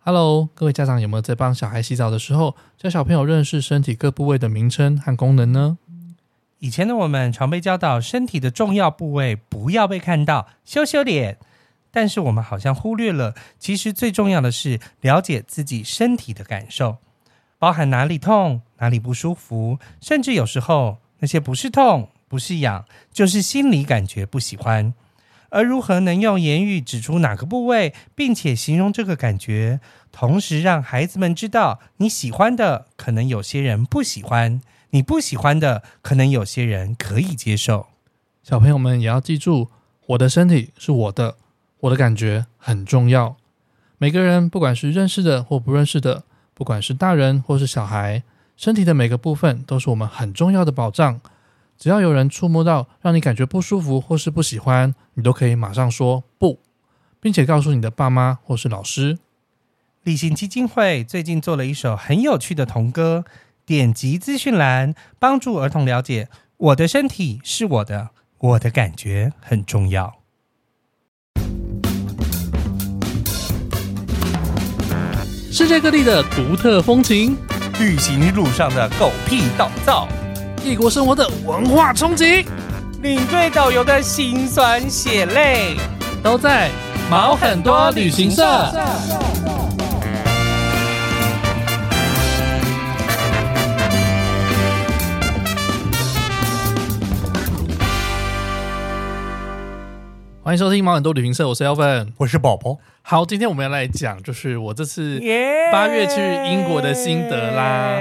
Hello，各位家长有没有在帮小孩洗澡的时候教小朋友认识身体各部位的名称和功能呢？以前的我们常被教导身体的重要部位不要被看到，羞羞脸。但是我们好像忽略了，其实最重要的是了解自己身体的感受，包含哪里痛、哪里不舒服，甚至有时候那些不是痛、不是痒，就是心理感觉不喜欢。而如何能用言语指出哪个部位，并且形容这个感觉，同时让孩子们知道你喜欢的，可能有些人不喜欢，你不喜欢的，可能有些人可以接受。小朋友们也要记住，我的身体是我的，我的感觉很重要。每个人不管是认识的或不认识的，不管是大人或是小孩，身体的每个部分都是我们很重要的保障。只要有人触摸到让你感觉不舒服或是不喜欢，你都可以马上说不，并且告诉你的爸妈或是老师。立信基金会最近做了一首很有趣的童歌，点击资讯栏，帮助儿童了解我的身体是我的，我的感觉很重要。世界各地的独特风情，旅行路上的狗屁倒灶，异国生活的文化冲击，领队导游的辛酸血泪，都在毛哦很多旅行社。欢迎收听毛很多旅行社，我是 Elvin。我是宝宝，好，今天我们要来讲，就是我这次耶八月去英国的心得啦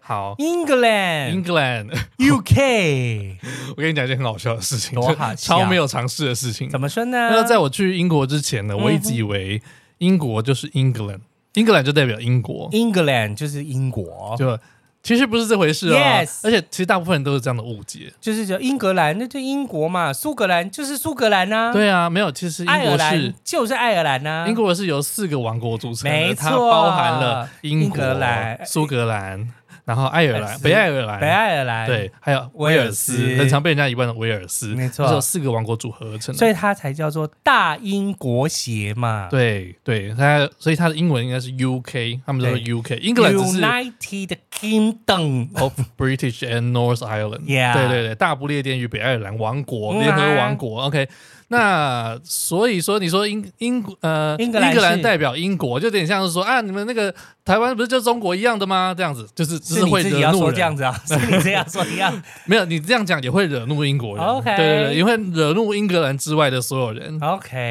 好 England, England， UK，我跟你讲一件很好笑的事情，多好就笑超没有尝试的事情。怎么嗯说那时呢？候在我去英国之前呢，我一直以为英国就是 England，英格兰就代表英国， England 就是英国，就其实不是这回事哦。 Yes 而且其实大部分人都是这样的误解。就是叫英格兰，那就英国嘛；苏格兰就是苏格兰呐、啊，，对啊，没有，其实英爱尔国兰是就是爱尔兰呐、啊，英国是由四个王国组成的，没错它包含了英英国格兰苏格兰，然后爱尔爱尔兰、斯北爱尔兰、北爱尔兰，，对，还有威威尔尔斯斯，很常被人家遗忘的威尔斯，没错它是由四个王国组合而成所的。以它才叫做大英国协嘛。对对，它所以它的英文应该是 UK，他们都说对 UK，英格兰只是，United Kingdom， of British and North Ireland。 Yeah 对对对，大不列颠与北爱尔兰王国嗯啊联合王国。OK，那所以说你说英英呃英格兰是代表英国，就有点像是说啊，你们那个台湾不是就中国一样的吗？这样子就是只是你会自己惹要怒说这样人，子啊， 是你这样说一样。没有你这样讲也会惹怒英国人。对 OK 对对，也会惹怒英格兰之外的所有人。OK，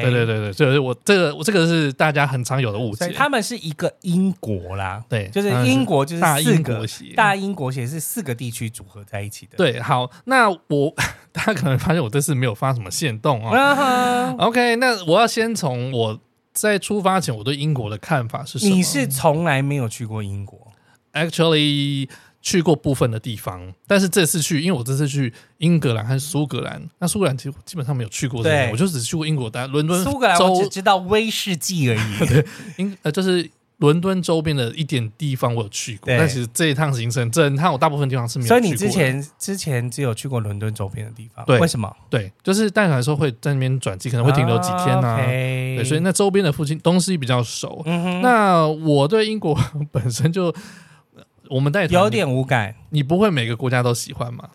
对对对对，就是我这个我这个是大家很常有的误所以解。他们是一个英国啦，对，就是当然英国就是大四英个国协大英国协是四个地区组合在一起的。对，好，那我 大家可能发现我这次没有发什么线动哦。啊哈， OK，那我要先从我在出发前我对英国的看法是什么？你是从来没有去过英国 actually 去过部分的地方，但是这次去，因为我这次去英格兰和苏格兰，那苏格兰其实基本上没有去过这边，对我就只去过英国，但伦 敦苏格兰，我只州知道威士忌而已。英呃就是。伦敦周边的一点地方我有去过，对但其实这一趟行程，整趟我大部分地方是没有去所过的。以你之前之前只有去过伦敦周边的地方，对为什么？对，就是但有时候会在那边转机，可能会停留几天啊。 o 对， k 所以那周边的附近东西比较熟。嗯哼，那我对英国 本身就，我们带团有，点无感，你不会每个国家都喜欢嘛，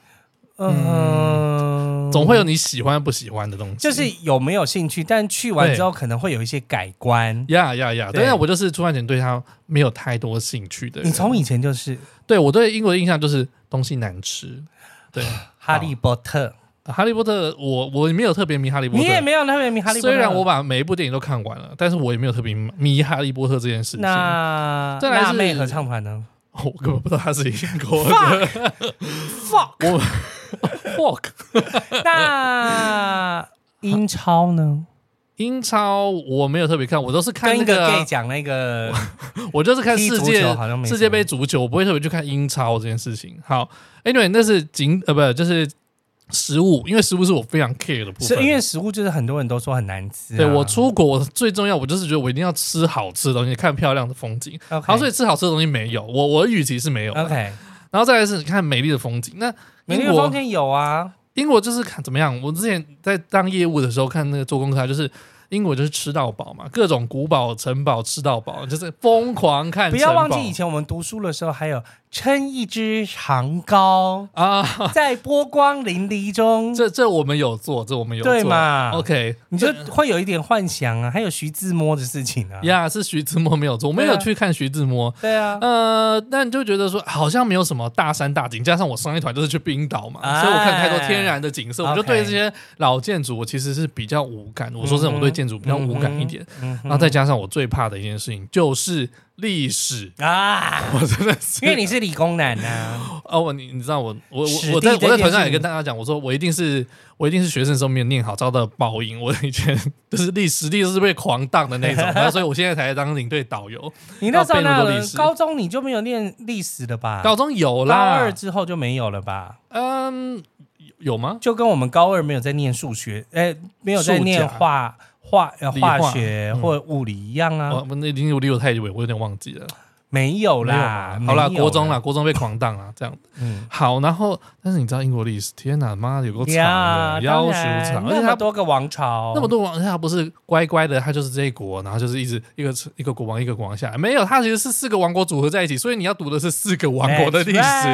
嗯，总会有你喜欢不喜欢的东西。就是有没有兴趣，但去完之后可能会有一些改观。呀呀呀！对但是我就是出发前对他没有太多兴趣的人。你从以前就是对我对英国的印象就是东西难吃。 对，哈利波特，哈利波特，我我没有特别迷哈利波你特，也没有特别迷哈利波特。虽然我把每一部电影都看完了，但是我也没有特别迷哈利波特这件事情。那再来是辣妹合唱团呢我根本不知道他是英国的 Fuck。？Fuck！我 fuck 那英超呢？英超我没有特别看，我都是看跟那一个个啊、 gay 讲那个我就是看世踢足界球好像没什么世界杯足球，我不会特别去看英超这件事情。好，Anyway，那是景呃不就是食物，因为食物是我非常 care 的部是分。因为食物就是很多人都说很难吃啊、对我出国，我最重要，我就是觉得我一定要吃好吃的东西，看漂亮的风景。 OK 好，所以吃好吃的东西没有，我我的预期是没有的。 OK，然后再来是看美丽的风景。那美 英丽的国风景有啊，英国就是看怎么样。我之前在当业务的时候看那个做功课，就是英国就是吃到饱嘛，各种古堡、城堡吃到饱，就是疯狂看不城堡。要忘记以前我们读书的时候，还有撑一支长篙，啊， 在波光粼粼中，这这我们有做，这我们有做对嘛？OK，你就会有一点幻想啊。还有徐志摩的事情啊，呀是徐志摩没有做，我们有对啊去看徐志摩，对啊，呃，但就觉得说好像没有什么大山大景，加上我上一团就是去冰岛嘛，哎所以我看太多天然的景色，我就 OK 对这些老建筑我其实是比较无感。我说真的，我对建筑比较无感一点。嗯哼然后再加上我最怕的一件事情就是历史，啊， 我真的是因为你是理工男 啊呐、哦，我你你知道我我史我地我在我在这件团上事也跟大家讲，我说我一定是我一定是学生时候没有念好，遭到报应。我以前就是历史地就是被狂荡的那种，然后所以我现在才当领队导 游。你那时候啊要背那那么多历史高中你就没有念历史了吧？高中有高二啦，之后就没有了吧？嗯，有吗？就跟我们高二没有在念数学，哎、没有在数念甲化化呃理化化学嗯或物理一样啊，我哦我那已经有离我太远，我有点忘记了。没有啦，好啦，没有国中啦，，国中被狂荡啦，这样嗯，好。然后，但是你知道英国历史，天哪，妈的有够呀长的，，要当求然长，而那且么他多个王朝，那么多王，他不是乖乖的，他就是这一国，然后就是一直一个一个国王一个国王下来，没有，他其实是四个王国组合在一起，所以你要读的是四个王国的历 That's 史。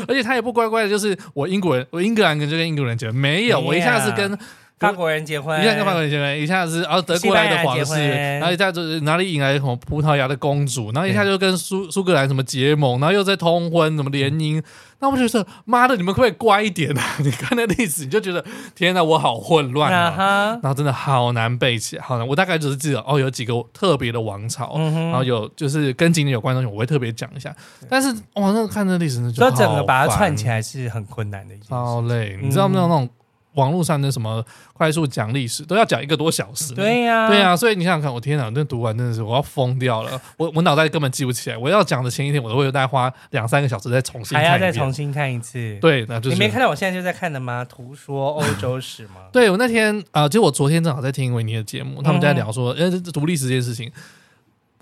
right 而且他也不乖乖的，就是我英国人，我英格兰人就跟英格兰人结婚，没有，没有我一下子跟法国人结婚，一下跟法国人结婚，一下子啊德西国班来牙的皇结室，婚然后一下就是哪里引来什么葡萄牙的公主，然后一下就跟苏苏格兰什么结盟，然后又在通婚什么联姻，那我就觉得妈的，你们可不可以乖一点啊？ 你看那历史，你就觉得天哪，我好混乱啊啊！哈，然后真的好难背起来，好难。我大概只是记得哦，有几个特别的王朝，嗯哼然后有就是跟景点有关的东西，我会特别讲一下。但是哇，那看这历史，那就所以整个把它好串烦起来嗯是很困难的一件事。超累。你知道那种那种网络上的什么快速讲历史，都要讲一个多小时。对呀，对，啊，所以你想想看，我天哪，那读完真的是我要疯掉了，我我脑袋根本记不起来。我要讲的前一天，我都会再花两三个小时再重新还要看再一重遍。新看一次。，对，那就你是？没看到我现在就在看的吗？图说欧洲史吗 对我那天啊、呃，其实我昨天正好在听维尼的节目，他们在嗯聊说，呃，独立史这件事情，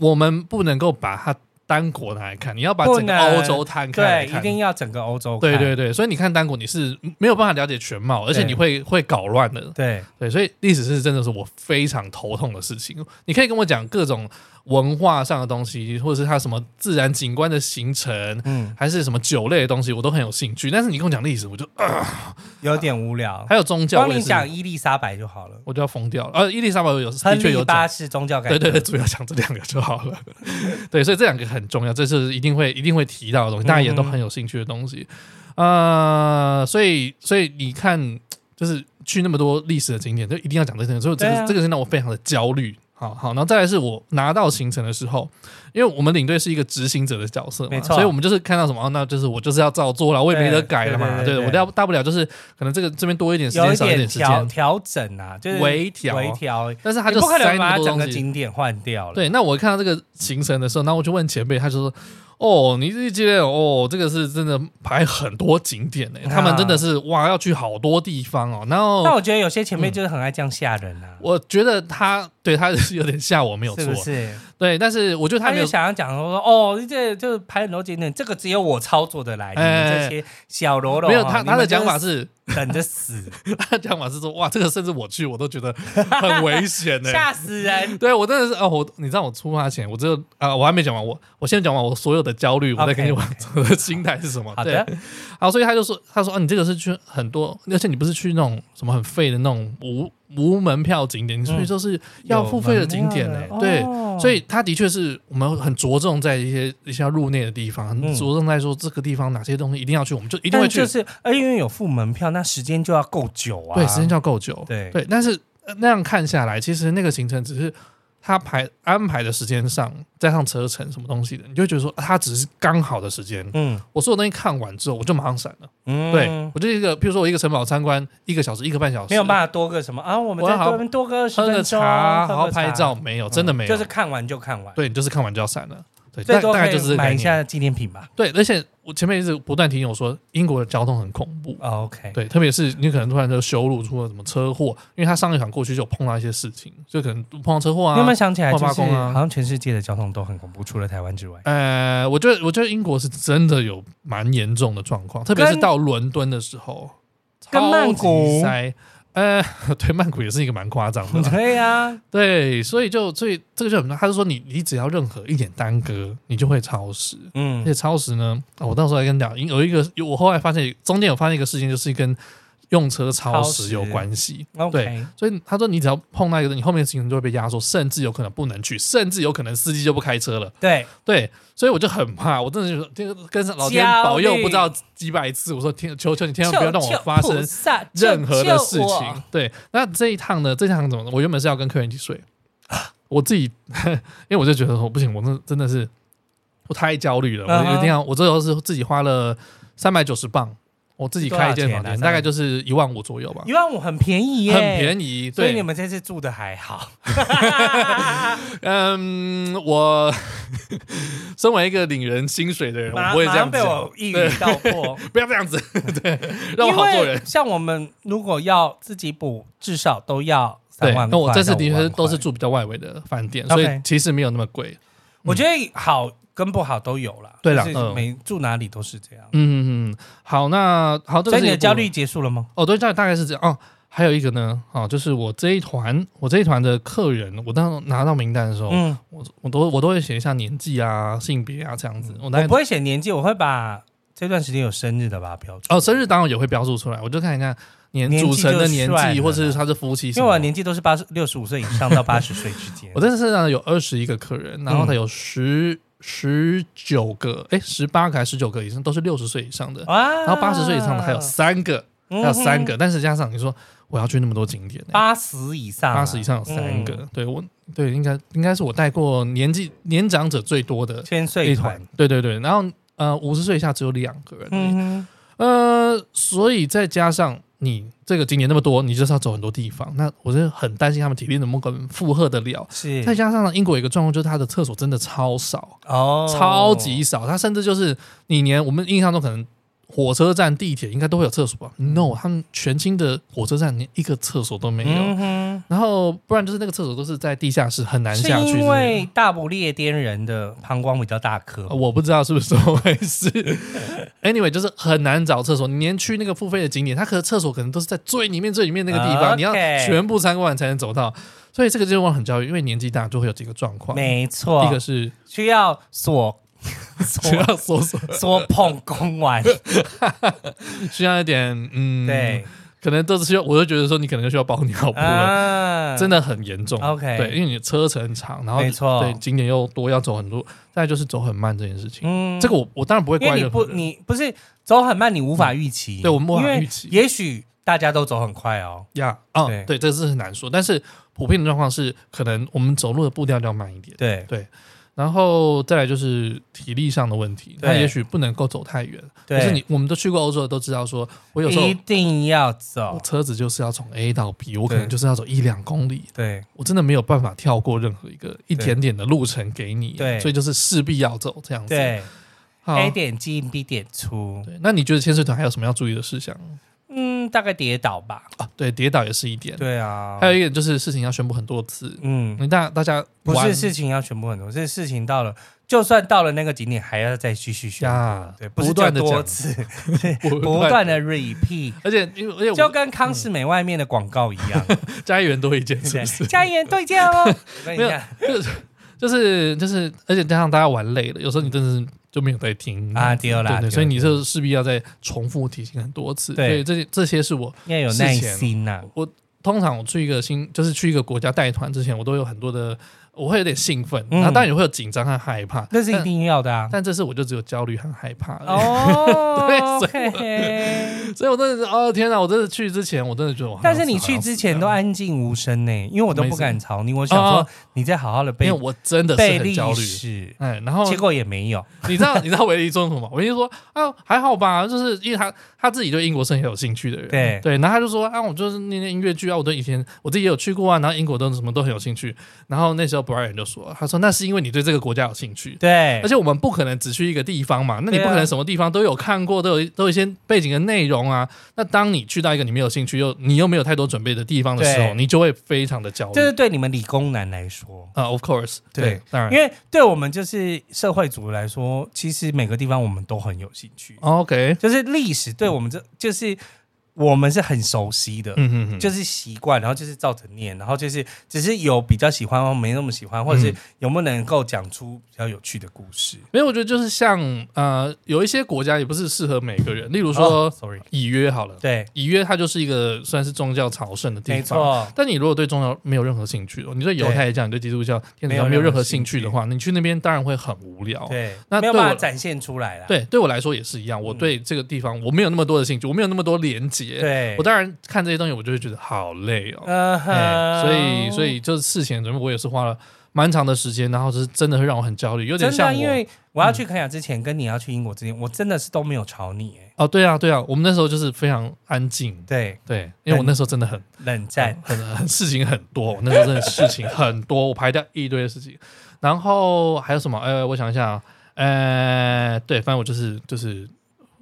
我们不能够把它单国拿来看，你要把不整个能欧洲摊开来对，看一定要整个欧洲看。对对对，所以你看单国你是没有办法了解全貌，而且对你会会搞乱的。对，对，所以历史是真的是我非常头痛的事情。你可以跟我讲各种文化上的东西，或者是它什么自然景观的形成，嗯，还是什么酒类的东西，我都很有兴趣。但是你跟我讲历史，我就、呃有点无聊。还有宗教，光我也你是讲伊丽莎白就好了。我就要疯掉了。呃，伊丽莎白有亨的确利有八讲，世宗教改革，对对对，主要讲这两个就好了。 对，所以这两个很重要，这是一定会一定会提到的东西，大家嗯也都很有兴趣的东西。呃，所以所以你看，就是去那么多历史的景点，就一定要讲这些，所以这个、对啊这个是让我非常的焦虑。好好，然后再来是我拿到行程的时候，因为我们领队是一个执行者的角色嘛，没错所以我们就是看到什么，哦那就是我就是要照做了，我也没得改了嘛，对对对对我大大不了就是可能这个这边多一点时有间，一少一点点时调间，调整啊，就是微调微调，但是他你就不可塞能那把么多整东个西。景点换掉了。对，那我看到这个行程的时候，那我就问前辈，他就说：“哦，你这今天哦，这个是真的排很多景点呢、啊他们真的是哇，要去好多地方哦。”然但后我觉得有些嗯前辈就是很爱这样吓人啊，我觉得他对他是有点吓我，没有是错不，是？对，但是我觉得他他没有就。想要讲说，哦，这就是拍很多景点，这个只有我操作的来，你哎们这些小喽啰哦，没有他，你们他的讲法，就是 等着 死，他的讲法是说，哇，这个甚至我去我都觉得很危险 呢、吓死人。对我真的是哦，我你知道我出发前，我只有啊、我还没讲完，我我先讲完我所有的焦虑，我再跟你 OK，OK 讲我的心态是什么。好对的，好，所以他就说，他说啊，你这个是去很多，而且你不是去那种什么很废的那种无无门票景点，你去嗯就是要付费的景点呢、有门票的对，哦所以他的确是我们很着重在一些一些入内的地方，很嗯着重在说这个地方哪些东西一定要去，我们就一一定会去。就是呃因为有付门票，那时间就要够久啊，对，时间就要够久。对对，但是呃那样看下来，其实那个行程只是他排安排的时间上，加上车程什么东西的，你就会觉得说啊他只是刚好的时间。嗯我所有东西看完之后，我就马上闪了。嗯对我就一个，譬如说我一个城堡参观一个小时、一个半小时，没有办法多个什么啊，我们我要再好好多多个二十喝分个钟，茶，喝好好个拍茶照，没有，真的没有，就是看完就看完，对你就是看完就要散了，对，最大多大可概就是这以个概买一念。下纪念品吧。对，而且我前面一直不断提醒我说，英国的交通很恐怖，哦 OK，对，特别是你可能突然就修路出了什么车祸，因为他上一场过去就碰到一些事情，就可能碰到车祸你有没有啊。想起来，就是换八公啊好像全世界的交通都很恐怖，除了台湾之外，呃，我觉得我觉得英国是真的有蛮严重的状况，特别是跟到伦敦的时候，跟曼超级谷塞。呃， 对，曼谷也是一个蛮夸张的啦，嗯对啊呀，对，所以就所以这个就很大，他就说你你只要任何一点耽搁，你就会超时。而嗯且 超时呢，啊我到时候来跟你讲，有一个有我后来发现中间有发现一个事情，就是跟用车超时有关系。 ，OK，所以他说你只要碰到一个，你后面的行程就会被压缩，甚至有可能不能去，甚至有可能司机就不开车了。对，对对，所以我就很怕，我真的就是这个跟老天焦虑保佑不知道几百次，我说天求求你千就万不要让我发生任何的事情。对，那这一趟呢？这一趟怎么？我原本是要跟客人一起 睡，我自己，因为我就觉得说不行，我那真的是我太焦虑了，嗯我一哼定要，我最后是自己花了三百九十镑，我自己开一间房多少间，钱啊大概就是一万五左右吧。一万五很便宜耶，很便宜，所以你对，们这次住的还好，嗯，我 身为一个领人薪水的人，我马不会这马上样啊被讲我，一语道破。不要这样子，对， 让我好做人因为。像我们如果要自己补，至少都要对三，万块。那我这次的确到五是万块都是，住比较外围的饭店，所以 OK 其实没有那么贵。我觉得好跟不好都有啦。嗯对啦就是嗯每住哪里都是这样。嗯，嗯嗯，好，那好，这所个以是你的一个焦部分虑结束了吗？哦，对，大大概是这样哦。还有一个呢，哦，就是我这一团，我这一团的客人，我当拿到名单的时候，嗯，我我都我都会写一下年纪啊、性别啊这样子。我大嗯我概不会写年纪，我会把这段时间有生日的把它标注。哦，生日当然也会标注出来，我就看一看年年纪组成的年就算纪，了或者是他是夫妻什因么为我的。的年纪都是八十六十五岁以上到八十岁之间 我。这次呢有二十一个客人，然后嗯他有十十九个，哎，十八个还是十九个以上，都是六十岁以上的。哇，然后八十岁以上的还有三个，还有三啊嗯个，但是加上你说我要去那么多景点、哼，欸，八十以上啊，八十以上有三个，嗯对我对应该应该是我带过年纪年长者最多的千一岁团团。，对对对，然后呃五十岁以下只有两个人而已，嗯呃，所以再加上你这个景点那么多，你就是要走很多地方，那我是很担心他们体力能不能负荷得了哼，。是再加上英国有一个状况，就是它的厕所真的超少，哦，超级少，它甚至就是你连我们印象中可能火车站、地铁应该都会有厕所吧？No，他们全新的火车站连一个厕所都没有，嗯然后不然就是那个厕所都是在地下室，很难哼，下是去之类的。因为大不列颠人的膀胱比较大颗呃。我不知道是不是 这么回事。anyway，就是很难找厕所，你连去那个付费的景点，它可能厕所可能都是在最里面、最里面那个地方啊 OK 你要全部参观才能走到，所以这个就是我很焦虑，因为年纪大就会有几个状况，没一错个，是需要锁 需锁要缩手，锁碰公丸，需要一点嗯，对，可能都是需要，我就觉得说你可能就需要包尿布了，啊真的的很严重。 OK 对，因为你的车程长，然后没错对景点又多，要走很多，再来就是走很慢这件事情。嗯这个我我当然不会因怪为你任何不人，你不是走很慢，你无法预期，对我们无因法为预期也许大家都走很快哦，呀啊对，对，这是很难说。但是普遍的状况是，可能我们走路的步调要慢一点，对然后再来就是体力上的问题，对那也许不能够走太远。可对，是你我们都去过欧洲的都知道说，我有时候一定要我走，车子就是要从 A 到 B，我可对能就是要走一两公里，对我真的没有办法跳过任何一个一点点的路程给你，对所以就是势必要走这样子。，对好， ，A 点进 B 点出，对，那你觉得潜水团还有什么要注意的事项嗯，大概跌倒吧，啊？对，跌倒也是一点，对啊，还有一点就是事情要宣布很多次，嗯，你大大家不玩是事情要全部很多，是事情到了，就算到了那个景点，还要再继续宣布呀对，不不是断的就多讲，次，不不断断的 repeat， 而且因为而且就我跟康世美外面的广告一 样，家园多一件对是不是不对？？加盐对价 哦，我跟你讲就是就是就是，而且加上大家玩累了，有时候你真的是就没有在听啊对啦对对对，所以你对就势必要再重复提醒很多次。对所以这些这些是我要有耐心呐。通常我去一个新，就是去一个国家带团之前，我都有很多的，我会有点兴奋，嗯然后当然也会有紧张和害怕，那是一但定要的啊！但这次我就只有焦虑和害怕而已。哦嗯 对 ，OK。所以我真的是，哦天哪！我真的去之前，我真的觉得我好像但是你去之前都安静无声呢，因为我都不敢吵你，我想说哦你再好好的因背为我真的背是很历焦虑。嗯史，哎，然后结果也没有。你知道你知道维尼说什么吗？维尼说啊还好吧，就是因为他他自己对英国是很有兴趣的人，对对，然后他就说啊我就是念念音乐剧啊，我对以前我自己也有去过啊，然后英国都什么都很有兴趣。然后那时候 Brian 就说，他说那是因为你对这个国家有兴趣，对而，且我们不可能只去一个地方嘛，那你对啊不可能什么地方都有看过，都有都有一些背景的内容啊。那当你去到一个你没有兴趣又你又没有太多准备的地方的时候，对你就会非常的焦虑这是对你们理工男来说，啊。Of course，对对，当然因为对我们就是社会主义来说，其实每个地方我们都很有兴趣。 ，OK，就是历史对我们这就是我们是很熟悉的，嗯嗯嗯，就是习惯，然后就是照着念，然后就是只是有比较喜欢或没那么喜欢，或者嗯是有没有能够讲出比较有趣的故事。没有，我觉得就是像呃，有一些国家也不是适合每个人，例如我说哦哦，sorry，以约好了，对，以约它就是一个算是宗教朝圣的地方，没。错，但你如果对宗教没有任何兴趣，你对犹太教、你对基督教、天主没有教没有任任何何兴兴趣趣的话，你去那边当然会很无聊。哦对，嗯那没有对办法我展现出来啦。对，对我来说也是一样。我对这个地方我没有那么多的兴趣，我没有那么多连接。对，我当然看这些东西，我就会觉得好累哦。哎嗯哼，所以，所以就是事前准备，我也是花了蛮长的时间，然后就是真的会让我很焦虑，有点真的啊，像因我为我要去肯雅之前，跟你要去英国之前，我真的是都没有吵你，哎，哦，对啊，对啊，我们那时候就是非常安静，对，对，因为我那时候真的很冷战，很很事情很多，我那时候真的事情很多，我排掉一堆的事情，然后还有什么？呃，我想一下啊，呃，对，反正我就是就是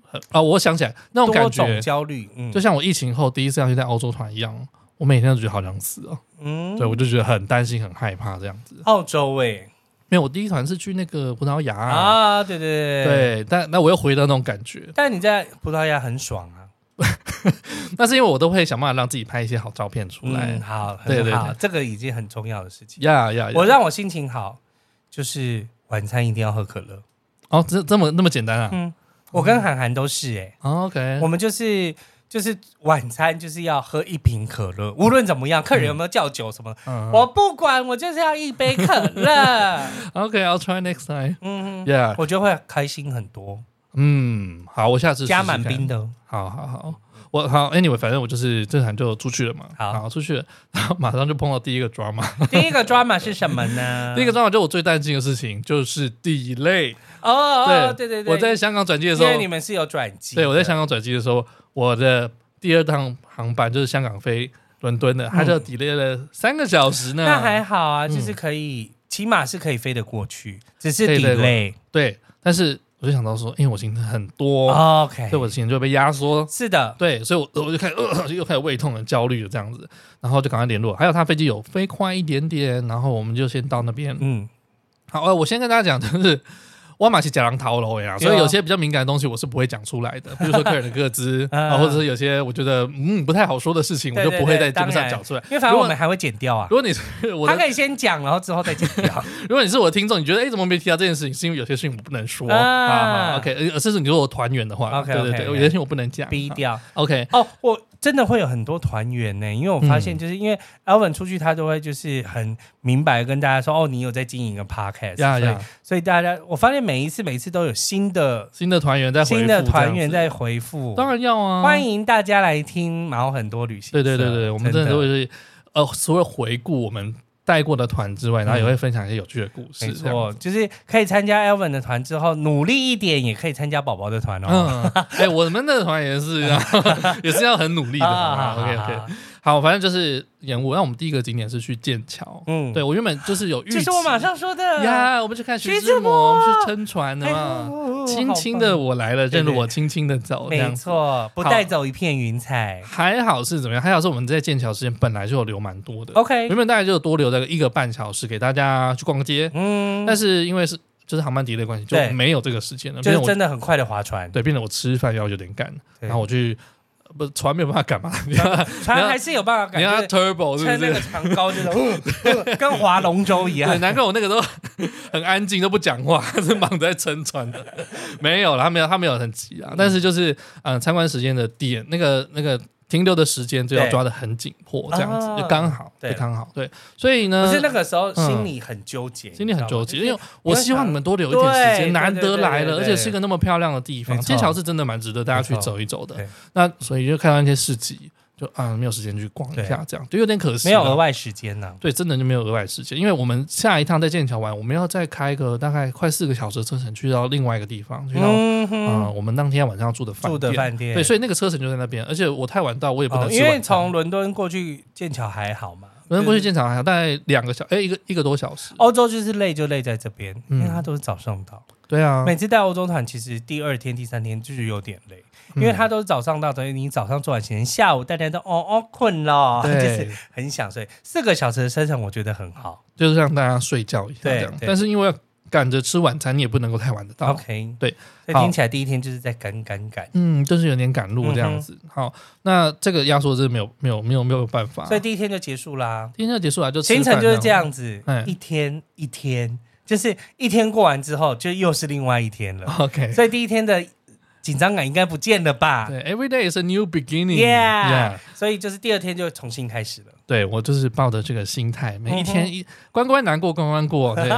很啊、我想起来那种多感种觉，焦虑，嗯就像我疫情后第一次要去在欧洲团一样，我每天都觉得好想死哦，嗯对我就觉得很担心、很害怕这样子。澳洲哎没有，我第一团是去那个葡萄牙，啊，对对对，对，但那我又回到那种感觉，但你在葡萄牙很爽啊，那是因为我都会想办法让自己拍一些好照片出来嗯，。好，很对对好，对这个已经很重要的事情。呀呀，呀我让我心情好，就是晚餐一定要喝可乐。哦，这这么那么简单啊嗯，我跟韩寒都是哎、哦？OK，我们就是就是晚餐就是要喝一瓶可乐，无论怎么样，客人有没有叫酒什么，嗯我不管，我就是要一杯可 乐。 OK，I'll、try next time。嗯， Yeah，我就会开心很多，嗯，好，我下次试试加满冰看。的。好好好，我好，Anyway，反正我就是这场就出去了嘛。好出去了，然后马上就碰到第一个 drama。第一个 drama 是什么呢？ 第一个 drama 就我最担心的事情就是 delay。哦哦，对对对，我在香港转机的时因为候你，们是有转机的，对我在香港转机的时候，我的第二趟航班就是香港飞伦敦的，它就 delay 了三个小时呢。嗯那还好嗯啊，就是可以，起码是可以飞得过去，只是可以飞得过 delay。对，但是我就想到说，因为我行程很哦多， OK，所以我的行程就会被压缩。是的，对，所以我我就开始、呃、又开始胃痛了、焦虑了这样子，然后就赶快联络。还有他飞机有飞快一点点，然后我们就先到那边。嗯，好，呃，我先跟大家讲，就是我马是假狼逃楼呀，对啊所以有些比较敏感的东西我是不会讲出来的，比如说客人的个 资啊啊，或者是有些我觉得嗯不太好说的事情，我就不会在节目对对上对讲出来。因为反如正果我们还会剪掉啊如。果你是我他的，可以先讲，然后之后再剪 掉。如果你是我的听众，你觉得哎、怎么没提到这件事情？是因为有些事情我不能说啊啊。OK，呃甚至你如果我团员的话 OK，对对 OK，对， OK 有些事情我不能讲。逼掉 OK，哦，我真的会有很多团员呢，因为我发现嗯就是因为 Alvin 出去，他都会就是很明白地跟大家说，哦，你有在经营一个 podcast，呀所以呀，所以大家我发现每一次每一次都有新的新的团员在回复新的这样团员子在回复，当然要啊，欢迎大家来听毛很多旅行对社。对对对，我们真的都会的是呃，除了回顾我们带过的团之外，然后也嗯会分享一些有趣的故事。没这样错，就是可以参加 Elvin 的团之后，努力一点也可以参加宝宝的团哦。嗯， 哎，我们那个团也是 啊，也是要很努力的。OK 啊 OK，好，反正就是延误。那我们第一个景点是去剑桥，嗯，对，我原本就是有预这期是我马上说的。呀，我们去看徐徐志志摩摩，我们去撑船的哎呦嘛。好棒轻轻的我来了，对正对如我轻轻的走，这没样子。错，不带走一片云彩。还好是怎么样？还好是我们在剑桥时间本来就有留蛮多的， OK，原本大概就多留了个一个半小时给大家去逛个街，嗯，但是因为是就是航班迪的关系，就对没有这个时间了。就变是成我真的很快的划船，对，变成我吃饭要有点赶，对然后我去呃不船没有办法赶 嘛，你要船还是有办法你要感觉 turbo 是撑不那是个？长 高，就是嗯跟划龙舟一对，样。难怪我那个都 很安静，都不讲话， 是忙着在撑船的。 没有啦，他没有，他没有很急啊。但是就是，嗯、参观时间的点，那个那个停留的时间就要对抓的很紧迫，这样子啊就刚好，对就刚好。对，所以呢，可是那个时候心嗯里很纠结，心里很纠结，你知因道为我吗希望你们多留一点时对间，难得来对对对了，对而且是个那么漂亮的地方没，错剑桥是真的蛮值得大家去没错走一走的对。那所以就看到一些市集，就啊没有时间去逛一下，这样就有点可就是惜没了。有额外时间呢。对，真的就没有额外时间，因为我们下一趟在剑桥玩，我们要再开个大概快四个小时的车程去到另外一个地方，去到啊、嗯哼我们当天晚上要住的饭住的店。饭店，对，所以那个车程就在那边，而且我太晚到，我也不哦能吃因为晚餐。从嗯伦敦过去剑桥还好嘛，伦敦过去就是剑桥还好，大概两个小，哎，一个一个多小时。欧洲就是累就累在这边，因嗯为他都是早上到，对啊，每次带欧洲团其实第二天、第三天就是有点累，嗯因为他都是早上到，等于你早上做完行程，下午大家都哦哦困了，就对是很想睡。四个小时的车程我觉得很好，就是让大家睡觉一下对这样。对但是因为赶着吃晚餐，你也不能够太晚得到。 OK，对，所以好听起来第一天就是在赶赶赶，嗯，就是有点赶路这样子。好，那这个压缩真的没有没有没有没有办法。所以第一天就结束啦。今天就结束了，就吃行饭程就是这这样子哎，一天一天，就是一天过完之后，就又是另外一天了。样。OK，所以第一天的紧张感应该不见了吧对，Every day is a new beginning。 ？Yeah，所以就是第二天就重新开始了。对我就是抱着这个心态，每一嗯天一关关难过关关过。 对，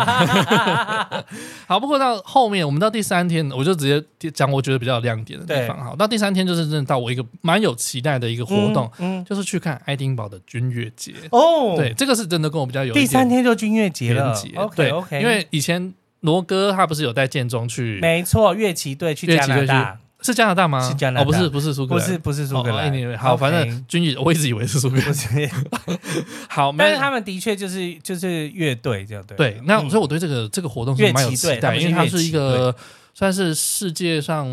好，不过到后面我们到第三天，我就直接讲我觉得比较有亮点的地方。好，到第三天就是真的到我一个蛮有期待的一个活动，嗯，嗯，就是去看爱丁堡的军乐节。哦，对，，这个是真的跟我比较有一第三点天就军乐节连了结。 OK 对 OK，因为以前罗哥他不是有带建中去，没错，乐旗队去加拿乐大，器是加拿大吗？是加拿大哦，不是不是苏格不兰，是不是苏格哦兰， anyway，好，反 OK 正军乐我一直以为是苏格兰 不。是， 好，没但是他们的确就是就是乐队这样对。对，那嗯所以我对这个这个活动乐是蛮有器期队他待，们因为是它乐是一器个算是世界上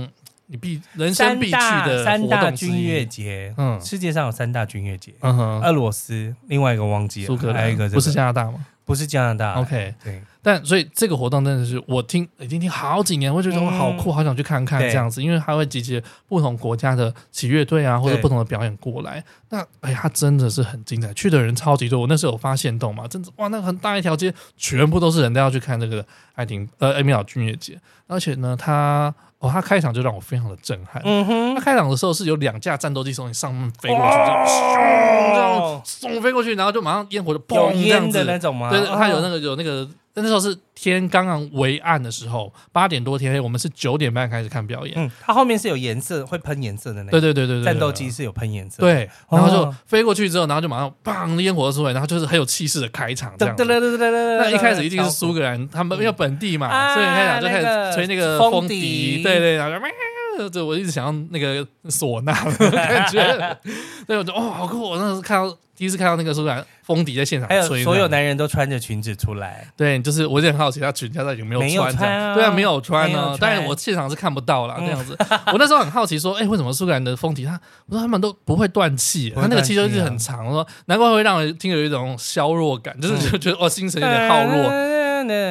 你必人生三必去大的三活大动之军乐一。节，嗯世界上有三大军乐节，嗯哼，俄罗斯，另外一个忘记了，苏格还有兰一个啊这个不是加拿大吗不是加拿大？OK，对，但所以这个活动真的是我听已经听好几年，我觉得嗯哇好酷，好想去看看对这样子，因为它会集结不同国家的器乐队啊，或者对不同的表演过来。那哎，它真的是很精彩，去的人超级多。我那时候有发现动嘛，真的哇，那个很大一条街全部都是人，都要去看这个爱丁呃艾米尔军乐节。而且呢，它哦，它开场就让我非常的震撼。嗯哼它，开场的时候是有两架战斗机从你上面飞过去，这样咻这样哦，送飞过去，然后就马上烟火就砰有这样烟子的那种吗？哦对，它有那个个有那个，那时候是天刚刚微暗的时候，八点多天黑，我们是九点半开始看表演。嗯，它后面是有颜色，会喷颜色的那对个对对对对，对战斗机。是有喷颜色，，对，然后就哦飞过去之后，然后就马上砰烟火出来，然后就是很有气势的开场这噔噔样噔子。噔噔噔噔，那一开始一定是苏格兰，他们因为本地嘛，啊所以开场就开那始个吹那个风风笛对对，然后就喵就我一直想要那个唢呐的感 觉，对，我就哦好酷！我那时候看到第一次看到那个苏格兰风笛在现场还有吹，所有男人都穿着裙子出来，对，就是我有点好奇他裙现在有没有没有穿这穿样，啊对啊，没有穿没有呢穿。当然我现场是看不到啦，嗯这样 子。我那时候很好奇说，哎，为什么苏格兰的风笛他，我说他们都不会断气，不他会那个气就断一气直很啊长，我说难怪会让人听着有一种削弱感，就是嗯就觉得哦，精神有点耗弱。后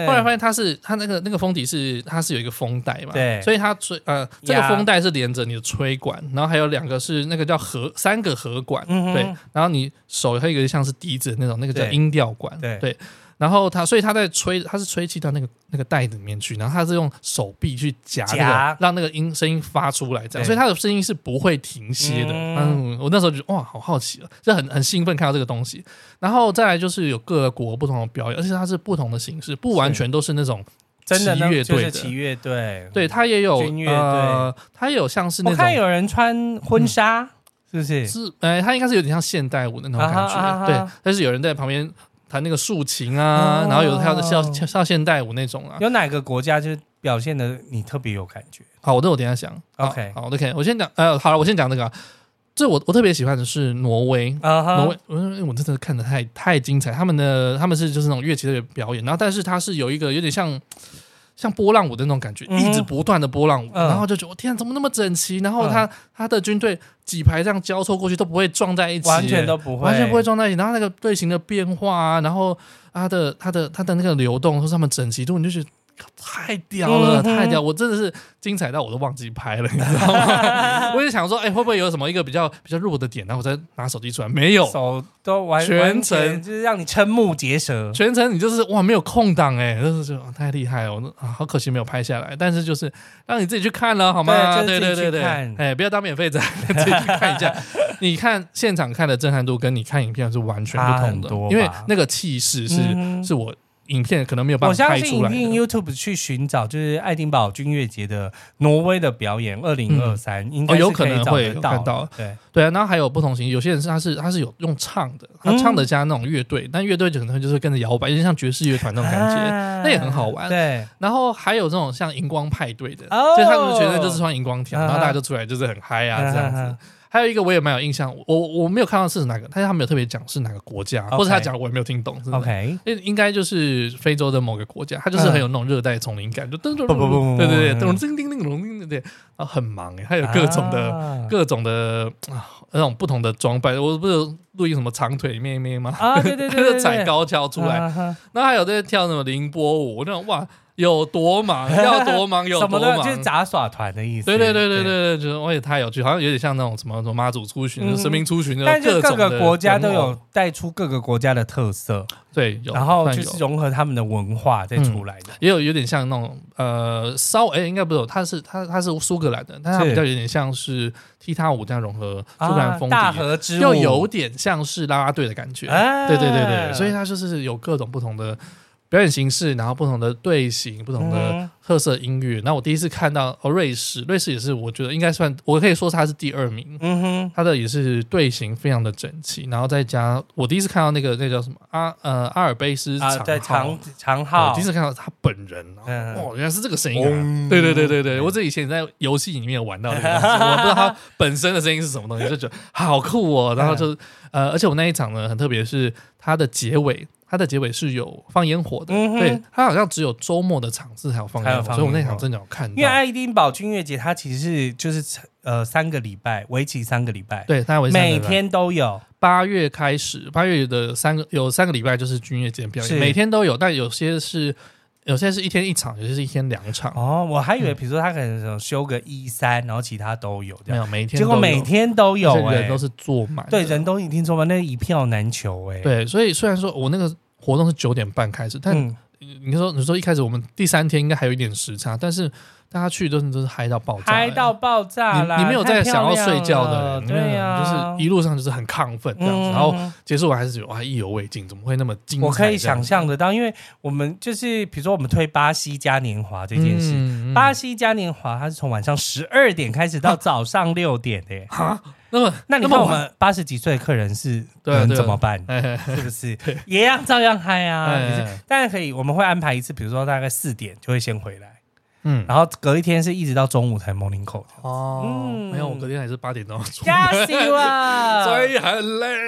后来发现它是它那个那个风笛是它是有一个风带嘛，对所以它吹呃这个呀风带是连着你的吹管，然后还有两个是那个叫和三个和管，嗯哼对，然后你手还有一个像是笛子的那种，那个叫对音调管，对然后它所以它在吹，它是吹气到那个那个带里面去，然后它是用手臂去夹那个夹，让那个音声音发出来，这样，对所以它的声音是不会停歇的。嗯嗯我那时候就觉得哇，好好奇啊，就很很兴奋看到这个东西。然后再来就是有各国不同的表演，而且它是不同的形式，不完全都是那种真的骑那乐就队是的，骑乐队，对，它也有嗯军乐哦队呃，它也有像是那我看种。有人穿婚纱，是不嗯是？是，呃，它应该是有点像现代舞的那种感啊觉，哈啊哈对。但是有人在旁边弹那个竖琴啊，然后有的跳跳哦跳现代舞那种啊，有哪个国家就是表现的你特别有感觉？好，我这我等一下想。好 OK 好，OK，我先讲，呃，好了，我先讲这个啊。这我我特别喜欢的是挪威，啊挪哈威，我我真的看的太太精彩。他们的他们是就是那种乐器的表演，然后但是它是有一个有点像像波浪舞的那种感觉，嗯一直不断的波浪舞，嗯然后就觉得我天、啊，怎么那么整齐？然后他、他的军队几排这样交错过去都不会撞在一起耶，完全都不会，完全不会撞在一起。然后那个队形的变化啊，然后它的它的它的那个流动，或是他们整齐度，你就觉得。太屌了，嗯哼太屌！我真的是精彩到我都忘记拍了，你知道 吗？我也想说，哎、会不会有什么一个比较比较弱的点，然后我再拿手机出来？没有，手都完全完程全就是让你瞠目结舌。全程你就是哇，没有空档哎、就是就哇太厉害了，我都啊好可惜没有拍下来。但是就是让你自己去看了好吗？对对啊就是对自己对去对，看哎，不要当免费仔， 自己去看一 下。你看现场看的震撼度跟你看影片是完全不差同很的多，吧因为那个气势是、嗯是我影片可能没有办我法相拍信出一来的。定 YouTube 去寻找，就是爱丁堡军乐节的挪威的表演，二零二三应该哦是有可以能找会得有到看到的。对，对啊，然后还有不同型，有些人是他是他是有用唱的，他嗯唱的加那种乐队，但乐队可能就是跟着摇摆，有点像爵士乐团那种感觉。啊那也很好玩对，然后还有这种像荧光派对的，哦就是他们觉得就是穿荧光条，啊哈然后大家就出来就是很嗨啊啊哈这样子哈。还有一个我也蛮有印象，我我没有看到是哪个，但是他没有特别讲是哪个国家， OK 或者他讲我也没有听懂。真的 OK， 那应该就是非洲的某个国家，它就是很有那种热带丛林感，就噔噔不不不不对对对，不咚叮叮叮咚叮叮，对，然后很忙哎，它有各种的啊各种的啊那种不同的装扮，我不是录音什么长腿妹妹吗？啊，对对对对对，踩高跷出来，啊哈那还有在跳什么凌波舞，那种哇，有多忙，要多忙有什么多的，忙，就是杂耍团的意思。对对对对对对，就是我也太有趣，好像有点像那种什么什么妈祖出巡、嗯神明出巡的，但就各各种的个国家都人偶有带出各个国家的特色，对，有然后算就有是融合他们的文化再出来的。也有有点像那种呃稍哎、应该不是有，他是他他是苏格兰的，但他是比较有点像是踢踏舞这样融合苏格兰啊风笛，大河之舞又有点像是啦啦队的感觉。啊对对对对，所以它就是有各种不同的表演形式，然后不同的队形，不同的嗯特色音乐。那、我第一次看到哦，瑞士，瑞士也是我觉得应该算，我可以说它是第二名。嗯哼，它的也是队形非常的整齐，然后再加我第一次看到那个那叫什么阿呃阿尔卑斯啊，长对号长长我号第一，次看到他本人，嗯然后哦，原来是这个声音啊！嗡对对对对对，我这以前在游戏里面有玩到这个东西，我不知道他本身的声音是什么东西，就觉得好酷哦。然后就呃，而且我那一场呢，很特别，是它的结尾，它的结尾是有放烟火的，嗯哼对，它好像只有周末的场次才有放才烟有火，放所以我那烟场火真的有看因为到，爱丁堡君乐节它其实是就是呃三个礼拜，为期三个礼拜，对，它为每天都有，八月开始，八月的三个有三个礼拜就是军乐节表演，是每天都有，但有些是有些是一天一场，有些是一天两场，哦，我还以为比如说他可能有休个一三，然后其他都有这没样，有每天结果都每有天都有而且，哎人都是坐满的，对人都一定说嘛，那一票难求哎，，对，所以虽然说我那个活动是九点半开始，但嗯，你说你说一开始我们第三天应该还有一点时差，但是大家去都是都是嗨到爆炸，欸嗨到爆炸啦！你你没有在想要睡觉的太人，漂亮了对呀、啊你没有就是一路上就是很亢奋这样子，嗯然后结束完还是觉得哇意犹未尽，怎么会那么精彩？我可以想象得到，因为我们就是比如说我们推巴西嘉年华这这件事，事巴西嘉年华它是从晚上十二点开始到早上六点的耶、啊，那么 那你么看我晚们八十几岁的客人是对啊能对啊怎么办？哎哎 是不是也要照样嗨 啊？哎也是哎当然可以，我们会安排一次，比如说大概四点就会先回来，嗯。然后隔一天是一直到中午才 morning call 的。哦，嗯没有，我隔天还是八点钟出门，！吓死 我所以很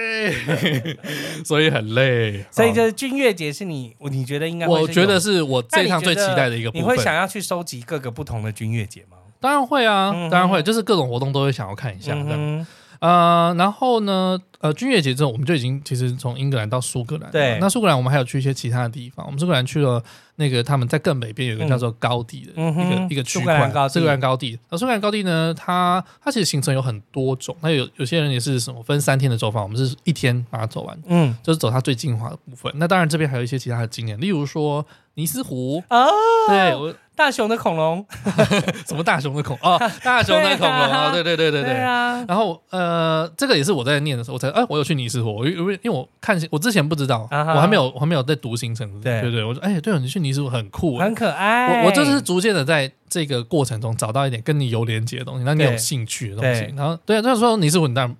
累，所以很累，所以好就是君越节是你，你觉得应该会是有？我觉得是我那这你一觉趟得最期待的一个部你分。会想要去收集各个不同的君越节吗？当然会啊，嗯哼当然会，就是各种活动都会想要看一下这样。嗯哼呃，然后呢，呃，军乐节之后，我们就已经其实从英格兰到苏格兰了。对那苏格兰我们还有去一些其他的地方。我们苏格兰去了那个他们在更北边有一个嗯叫做高地的嗯一个哼一个区苏格块兰高，地苏格兰高地。那苏格兰高地呢，它它其实行程有很多种。那有有些人也是什么分三天的走法，我们是一天把它走完，嗯，就是走它最精华的部分。那当然这边还有一些其他的景点，例如说尼斯湖。哦，对，我大雄的恐龙，什么大熊的恐哦，大熊的恐龙啊，对对对对对。啊，然后呃，这个也是我在念的时候，我才哎，我有去尼斯湖，我因为因为我看我之前不知道，啊哈我还没有我还没有在读行程，对对对，我说哎，对哦，你去尼斯湖很酷哎，很可爱。我我就是逐渐的在这个过程中找到一点跟你有连接的东西，让你对有兴趣的东西对，然后对，啊那时候尼斯湖你当然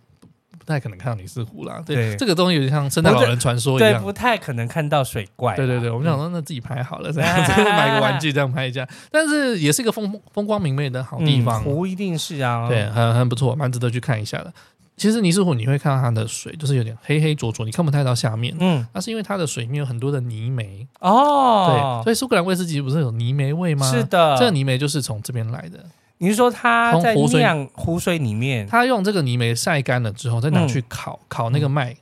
不太可能看到尼斯湖啦，对，对这个东西有点像圣诞老人传说一对样不。太可能看到水怪啊，对对对，我们想说那自己拍好了，这样 子买个玩具这样拍一下，但是也是一个风风光明媚的好嗯，地方。湖一定是啊，对，很很不错，蛮值得去看一下的。其实尼斯湖你会看到它的水就是有点黑黑浊浊，你看不太到下面。嗯，那是因为它的水里面有很多的泥煤，哦对，，所以苏格兰威士忌不是有泥煤味吗？是，的，嗯这个泥煤就是从这边来的。你是说它在从湖水酿湖水里面，他用这个泥煤晒干了之后，再嗯拿去烤，烤那个麦，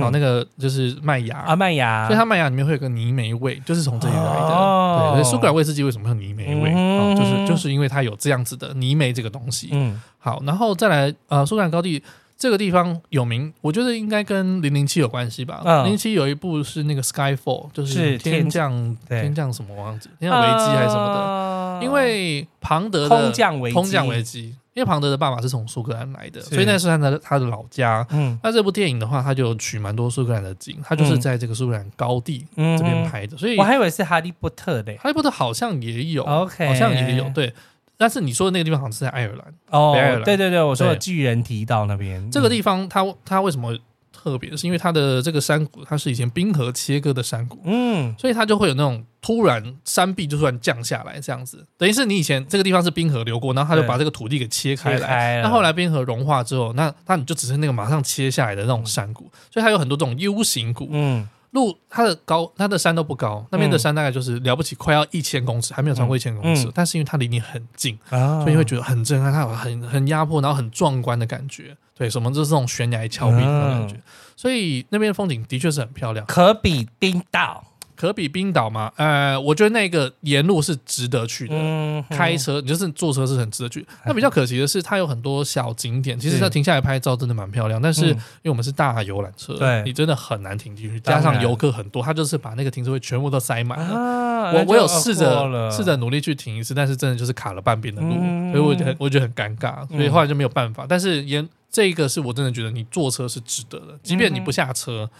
烤那个个就是麦芽，嗯阿曼雅，所以它麦芽里面会有个泥煤味，就是从这里来的。哦对，所以苏格兰威士忌为什么会有泥煤味？嗯哦就是就是因为它有这样子的泥煤这个东西。嗯好，然后再来呃，苏格兰高地这个地方有名，我觉得应该跟零零七有关系吧。嗯零零七有一部是那个 Skyfall，就是是天天降对天降什么忘记，天降危机还是什么的。的因为庞德的空呃降危机空降危机，因为庞德的爸爸是从苏格兰来的，是所以那是他的他的老家。嗯那这部电影的话，他就取蛮多苏格兰的景，他就是嗯在这个苏格兰高地嗯这边，拍的，所以我还以为是哈利波特嘞哈利波特好像也有， ，OK，好像也有对。但是你说的那个地方好像是在爱尔兰。哦北爱尔兰，对对对，我说对的巨人提到那边这个地方它它为什么特别？是因为它的这个山谷，它是以前冰河切割的山谷，嗯，所以它就会有那种突然山壁就突然降下来这样子。等于是你以前这个地方是冰河流过，然后它就对把这个土地给切开开来。来那后来冰河融化之后，那那你就只剩那个马上切下来的那种山谷，所以它有很多这种 U 型谷。嗯，路它的高，它的山都不高，那边的山大概就是了不起，快要一千公尺，还没有超过一千公尺嗯。但是因为它离你很近，所所以会觉得很震撼，它有很很压迫，然后很壮观的感觉。对，什么就是这种嗯悬崖峭壁的那种感觉。所以那边的风景的确是很漂亮。可比冰岛可比冰岛嘛，呃，我觉得那个沿路是值得去的。嗯，哎哼开车，你就是坐车是很值得去。那比较可惜的是，它有很多小景点，其实它停下来拍照真的蛮漂亮。但是因嗯为我们是大游览车，对你真的很难停进去，加当然上游客很多，它就是把那个停车位全部都塞满了。啊，我那就我有试过了着试着努力去停一次，但是真的就是卡了半边的路，嗯所以我觉得我觉得很尴尬，所以后来就没有办法。但是沿这个是我真的觉得你坐车是值得的，即便你不下车，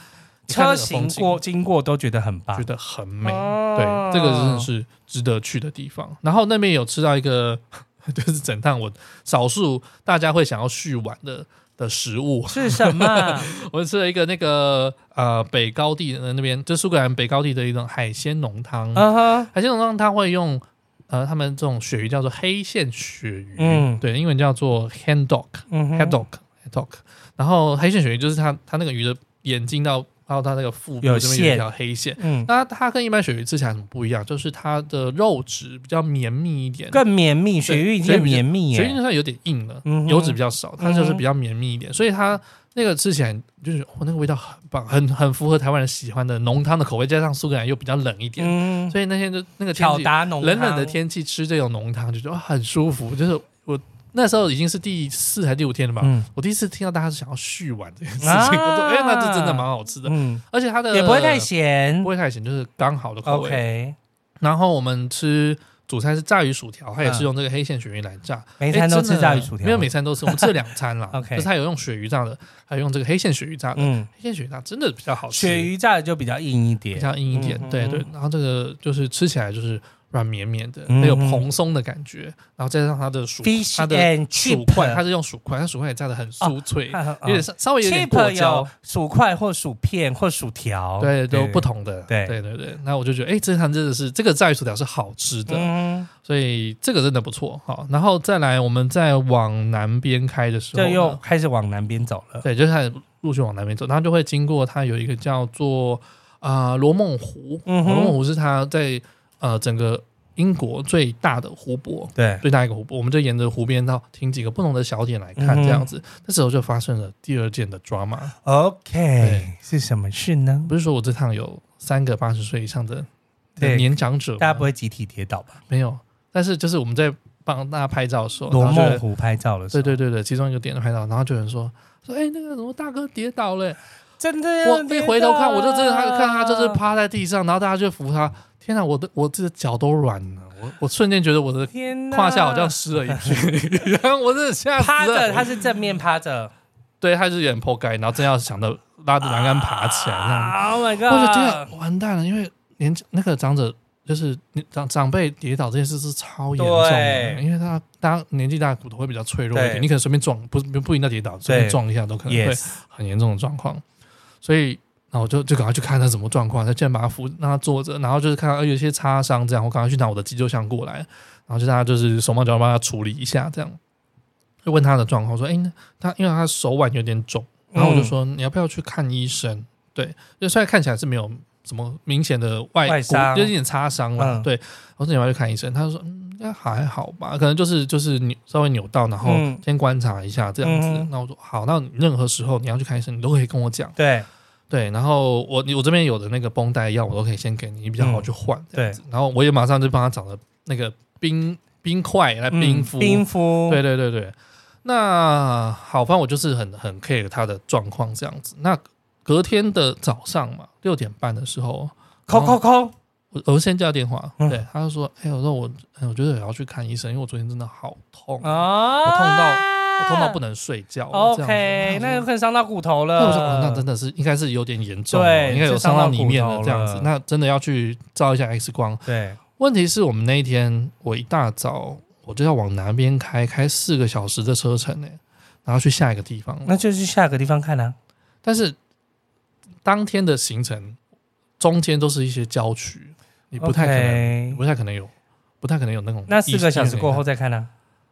你看那嗯车个风行景过经过都觉得很棒 觉，得很美。哦对，这个真的是值得去的地方。然后那边有吃到一个， 就是整趟我少数大家会想要续碗的的食物，是什么？我吃了一个那个呃北高地的那边，就苏格兰北高地的一种海鲜浓汤。嗯哼，海鲜浓汤它会用呃他们这种鳕鱼叫做黑线鳕鱼，嗯对，英文叫做 hand dog。嗯哼 head dog head dog，然后黑线鳕鱼就是它它那个鱼的眼睛到到它那个腹部有这边有一线条黑线。嗯，那它跟一般鳕鱼吃起来很不一样，就是它的肉质比较绵密一点，更绵密，对雪域已经很绵鳕密鱼就耶，算有点硬了，嗯哼油脂比较少，它就是比较绵密一点，所以它那个吃起来就是哇，那个味道很棒，很很符合台湾人喜欢的浓汤的口味，加上苏格兰又比较冷一点，嗯，所以那天就那个天巧气达浓冷冷汤的，天气吃这种浓汤，就觉得哇很舒服。就是我那时候已经是第四还是第五天了吧，嗯我第一次听到大家是想要续碗这件事情，啊我说哎、那这真的蛮好吃的，嗯，而且它的也不会太，咸啊不会太咸，嗯就是刚好的口味。 ，OK，然后我们吃主餐是炸鱼薯条，它也是嗯用这个黑线鳕鱼来炸，每餐哎都真吃的炸鱼薯条，。没有每，餐都吃，我们吃了两餐 啦 OK 就是它有用鳕鱼炸的，还有用这个黑线鳕鱼炸的，嗯，黑线鳕鱼炸真的比较好吃，鳕鱼炸的就比较硬一比点，较硬一点，嗯对嗯对。然后这个就是吃起来就是软绵绵的，嗯没有蓬松的感觉，然后再加上它的薯 fish 它的 and 薯 chip，啊嗯块，它 是用薯块，它薯块也炸的很酥脆，有点稍稍微有点 chip 过焦有，薯块或薯片或薯条，对，都不，同的，对对对对。那我就觉得，哎，这餐真的是这个炸鱼薯条是好吃的，嗯，所以这个真的不错。好，然后再来，我们再往南边开的时候这呢，又开始往南边走了，对，就是它陆续往南边走，它就会经过它有一个叫做啊罗梦湖，嗯哼罗梦湖是它在呃整个英国最大的湖泊，对，最大一个湖泊。我们就沿着湖边到停几个不同的小点来看，嗯哼这样子。那时候就发生了第二件的 drama， OK，对是什么事呢？不是说我这趟有三个八十岁以上的的对年长者吗，大家不会集体跌倒吧？没有，但是就是我们在帮大家拍照的时候，罗然哦后就梦会湖拍照的时对候，对对对，其中一个点拍到，然后就有人说说，哎、那个什么大哥跌倒了、欸真的要啊我哎跌一倒回头看，我就真的他看他就是趴在地上，然后大家就扶他。天哪，我的我这脚都软了，我我瞬间觉得我的天 哪胯下好像湿了一 片， 然后我真的吓趴死着，了。他是正面趴着。对，他就是有点破盖，然后真要想着拉着栏杆爬起来，这样。 Oh my 啊我就觉得 god！完蛋了，因为年纪那个长者就是年长长辈跌倒这件事是超严重的，对因为他大家年纪大，骨头会比较脆弱一对点，你可能随便撞，不不不一定要跌倒，随便对撞一下都可能会 Yes，很严重的状况，所以那我就就赶快去看他什么状况，他竟然把他扶让他坐着，然后就是看到呃有一些擦伤这样，我赶快去拿我的急救箱过来，然后就大家就是手忙脚乱帮他处理一下这样，就问他的状况，说，哎、那他因为他手腕有点肿，然嗯后我就说、你要不要去看医生？对，就虽然看起来是没有什么明显的外外骨伤就是有点擦伤了，嗯对，我说你要不要去看医生？他就说嗯，应该还好吧，可能就是就是扭稍微扭到，然后嗯先观察一下这样子。嗯哼那我说好，那你任何时候你要去看医生，你都可以跟我讲。嗯对对，然后我你我这边有的那个绷带药，我都可以先给你，你比较嗯好去换这样子。然后我也马上就帮他找了那个冰冰块来冰敷，嗯冰敷，对对对对，那好，反正我就是很很 care 他的状况这样子。那隔天的早上嘛，六点半的时候，抠抠抠，我我先叫电话，嗯对，他就说，哎、我说我，哎我觉得我要去看医生，因为我昨天真的好痛，啊，我痛到我痛到不能睡觉。 OK，这那样有子可能伤到骨头那了。我说，哦那真的是应该是有点严重哦，对应该有是伤伤到到里面骨头这样子了，那真的要去照一下 X 光。对，问题是我们那一天，我一大早我就要往南边开，开四个小时的车程呢、然后去下一个地方。那就去下个地方看啊。但是当天的行程中间都是一些郊区，你不太可能 OK 不太可能有，不太可能有那种那四个小时过后意识，再看啊。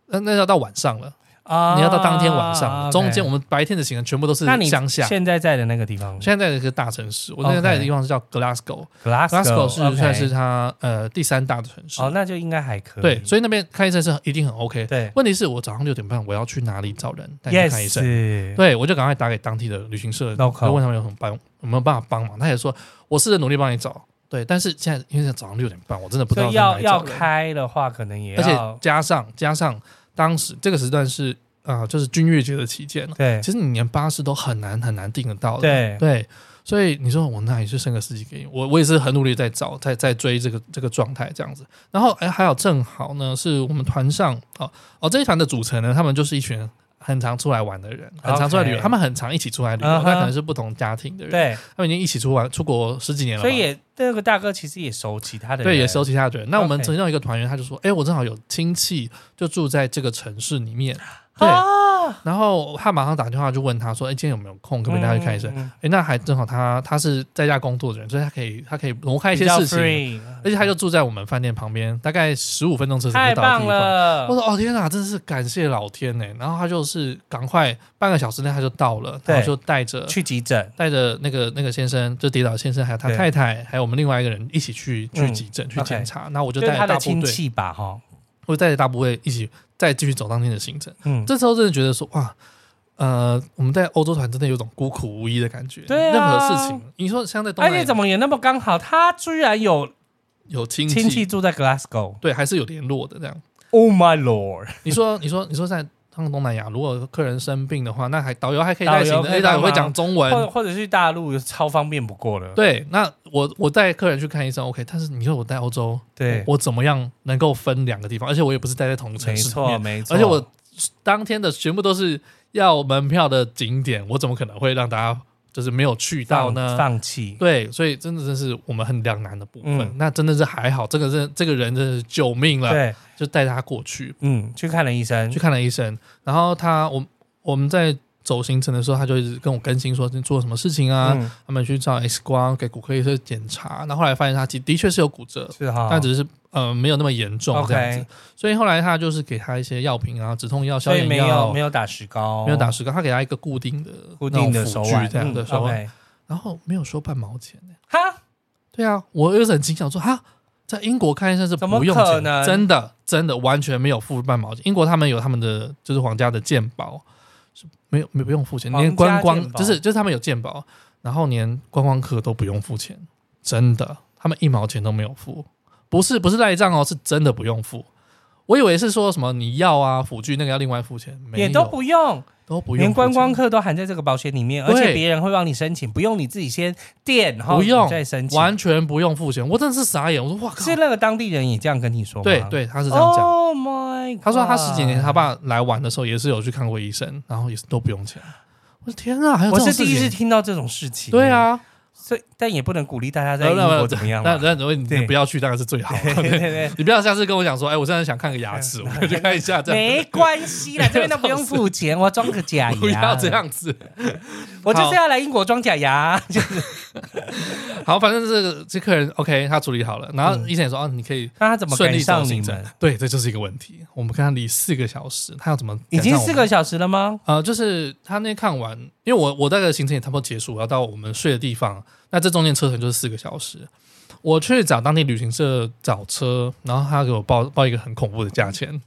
那那要到晚上了，啊你要到当天晚上了。中间我们们白天的行程全部都是啊那你乡下。现在在的那个地方现在在一个大城市，我现在 OK 在的地方是叫 Glasgow，Glasgow ，Glasgow 是算是 OK 它呃第三大的城市哦，。那就应该还可以。对，所以那边看医生是一定很 OK。对问题是我早上六点半我要去哪里找人带你去看医生？ ，Yes，对，我就赶快打给当地的旅行社， Local 就问他们有什么帮有没有办法帮忙。他也说我试着努力帮你找，对，但是现在因为早上六点半，我真的不知所道以在哪要里要找人开的话，可能也而要且加上加上当时这个时段是啊、呃就是军乐节的期间了，对其实你连巴士都很难很难订得到的。对对，所以你说我那也是生个司机给你，我我也是很努力在找，在在追这个这个状态这样子。然后哎，还有正好呢，是我们团上哦哦这一团的组成呢，他们就是一群很常出来玩的人，很常出来旅游 OK 他们很常一起出来旅游嗯哼那可能是不同家庭的人，对，他们已经一起出玩出国十几年了嘛，所以也这个大哥其实也熟其他的人，对，也收其他的人。那我们 OK 曾经有一个团员，他就说：“哎、我正好有亲戚就住在这个城市里面。”对，啊，然后他马上打电话就问他说：“哎、今天有没有空？可不可以带他去看医生？”哎、嗯，那还正好他他是在家工作的人，所以他可以他可以挪开一一些事情，情，而且他就住在我们饭店旁边，大概十五分钟车程太就到的棒地方。了我，说哦天哪，真是感谢老天呢！然后他就是赶快半个小时内他就到了，然后对就带着去急诊，带着那个那个先生，就跌倒先生，还有他对太太，还有我们另外一个人一起去去嗯急诊、去 OK 检查。那我就就带是着他大部的亲队，戚吧，哈，我带着大部队一起再继续走当天的行程。嗯，这时候真的觉得说哇，呃，我们在欧洲团真的有种孤苦无依的感觉。对啊任何事情，你说像在东而南亚且怎么也那么刚好，他居然有有亲戚，亲戚住在 Glasgow。对，还是有联络的这样。 Oh my lord！你说，你说，你说在。趟东南亚，如果客人生病的话，那还导游还可以导游带行可的，以而且导游帮会忙讲中文，或或者去大陆超方便不过了。对，那我我带客人去看医生 OK，但是你说我带欧洲，对我我怎么样能够分两个地方？而且我也不是待在同个没城市里错面，没错。而且我当天的全部都是要门票的景点，我怎么可能会让大家就是没有去到放呢？放弃，对，所以真的真是我们很两难的部分。嗯那真的是还好，这个是这个人真的是救命了，对，就带他过去嗯，去看了医生去，看了医生，然后他我我们在。走行程的时候，他就一直跟我更新说你做了什么事情啊，嗯，他们去照 X 光给骨科医生检查，然后后来发现他其的确是有骨折，是哈，但只是呃没有那么严重这样子哦 OK，所以后来他就是给他一些药品啊，止痛药、消所以炎没药，有没有打石膏，没有打石膏，他给他一个固定的固定那的种手辅具腕，这样的嗯手腕， OK 然后没有收半毛钱呢、哈，对啊，我有点惊讶，我说哈。在英国看医生是怎么不用可钱的，能真的真的完全没有付半毛钱。英国他们有他们的就是皇家的健保，是没有没有不用付钱，皇家连观健光保就是就是他们有健保，然后连观光客都不用付钱，真的，他们一毛钱都没有付，不是不是赖账哦，是真的不用付。我以为是说什么你要啊辅具那个要另外付钱，没有也都不用，都不用付钱，连观光客都含在这个保险里面，而且对别人会帮你申请，不用你自己先垫，然后不用你再申请。完全不用付钱，我真的是傻眼，我说哇靠，是那哦个当地人也这样跟你说吗？对，对，他是这样讲。 Oh my！他说他十几年前他 God，爸来玩的时候也是有去看过医生，然后也是都不用钱。 我的天啊，还有这我种是事第一次情？听到这种事情。 对，啊，所以但也不能鼓励大家在英没有没有国怎么样那嘛。那如果你对不要去，当然是最好。 对对对，你不要下次跟我讲说，哎，我现在想看个牙 齿，我可以去看一下，这样没关 系啦，这边都不用付钱，我装个假牙。不要这，样子。我就是要来英国装假牙。 就是好，反正这个这客人 OK，他处理好了，然后医生也说，哦，你可以那他怎么顺赶利上走你行们程？。对，这就是一个问题。我们跟他离四个小时，他要怎么赶已上经我们四个小时了吗？呃，就是他那天看完，因为我我大概行程也差不多结束，我要到我们睡的地方，那这中间车程就是四个小时。我去找当地旅行社找车，然后他给我报报一个很恐怖的价钱，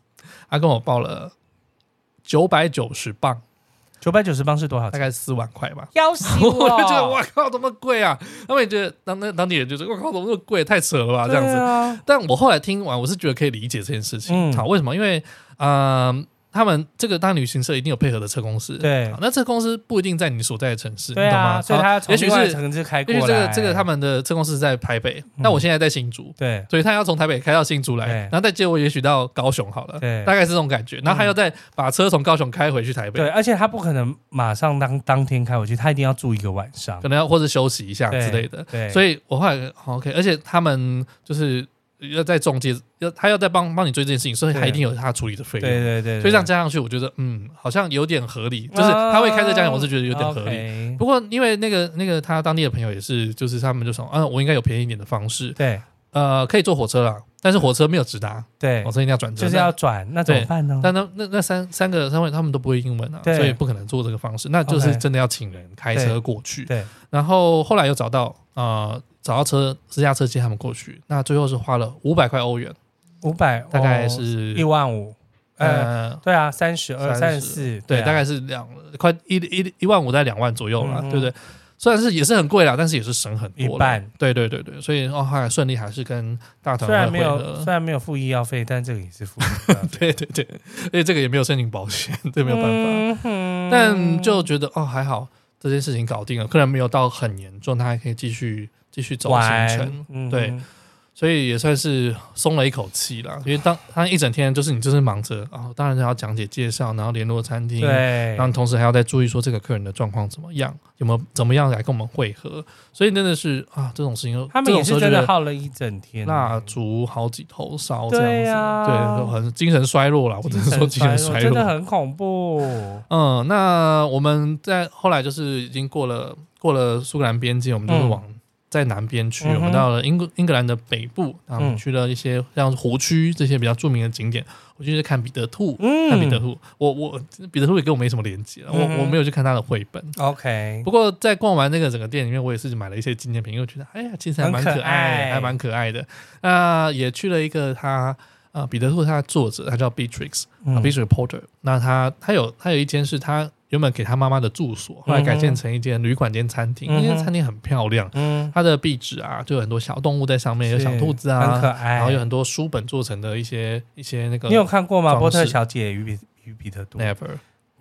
他跟我报了九百九十磅，九百九十磅是多少大钱？概四万块吧。要死 我就觉得哇靠，怎么贵啊！他们也觉得当那当地人就说，我靠，怎么那么贵，太扯了吧，这样子。子。但我后来听完，我是觉得可以理解这件事情。啊嗯好，为什么？因为呃，他们这个当旅行社一定有配合的车公司，对啊好那这个公司不一定在你所在的城市，对你懂啊，吗？所以好他要从也许另外的是城市开过也许来。这个这个他们的车公司是在台北，那我现在在新竹。对所以他要从台北开到新竹来对，然后再接我，也许到高雄好了，对嗯大概是这种感觉。然后他要再把车从高雄开回去台北对，，而且他不可能马上当当天开回去，他一定要住一个晚上可能要或者休息一下对之类的。对，所以以我后来 OK，而且他们就是要在中介，要他要再帮帮你追这件事情，所以他对一定有他处理的费对用。对对，所以这样加上去，我觉得嗯，好像有点合理，就是啊他会开这个价钱，我是觉得有点合理。理。不过因为那个那个他当地的朋友也是，就是他们就说，啊，我应该有便宜一点的方式，对呃，可以坐火车啦，但是火车没有直达，对火，车一定要转车，就是要转，那怎么办呢？但。但那那那三三个三位他们都不会英文啊，对所以不可能做这个方式，那就是 OK 真的要请人开车过去。对，然后后来又找到呃找到车私家车接他们过去，那最后是花了五百块欧元，五百大概哦一是、万五，呃，呃对啊，三十二、三30十四，对，啊大概是两快一一一万五在两万左右啦，嗯哼对不对？虽然是也是很贵啦，但是也是省很一多了。半。对对对对，所以哦，后来顺利还是跟大团虽然会没会有，了虽。然没有付医药费，但这个也是付医药费， 对对对，而且这个也没有申请保险，这没有办法。嗯哼但就觉得哦还好，这件事情搞定了，客人没有到很严重，他还可以继续继续走行玩程，，嗯对哼，所以也算是松了一口气啦。因为当他一整天就是你就是忙着哦，当然是要讲解介绍，然后联络餐厅，对然，后同时还要再注意说这个客人的状况怎么样，有没有怎么样来跟我们会合，所以真的是啊，这种事情就他们也这是种时候真觉的得耗了一整天呢，蜡烛好几头烧这对样子，啊对，就很精神衰弱啦，我只精能说神精神衰衰哎真弱，的很恐怖。嗯，那我们在后来就是已经过了过了苏格兰边界，我们就是嗯往在南边去，嗯哼我们到了英国英格兰的北部，然后我嗯们去了一些像湖区这些比较著名的景点。我就去看彼得兔，看彼得嗯兔，我我彼得兔也跟我没什么连接了，我嗯哼我没有去看他的绘本。 ，OK，不过在逛完那个整个店里面，我也是买了一些纪念品，因为我觉得哎呀，其实还蛮很可可爱爱，还蛮可爱的。那、也去了一个他呃彼得兔，他的作者他叫 Beatrix，嗯 b i s h o p Porter，那他他有他有一间是他原本给他妈妈的住所，后来改建成一间旅馆兼餐厅，嗯那哼间餐厅很漂亮，嗯，它的壁纸啊就有很多小动物在上面，有是小兔子很可啊，爱。然后有很多书本做成的一些一些那个你有看过吗？装饰波特小姐与比与彼得兔， Never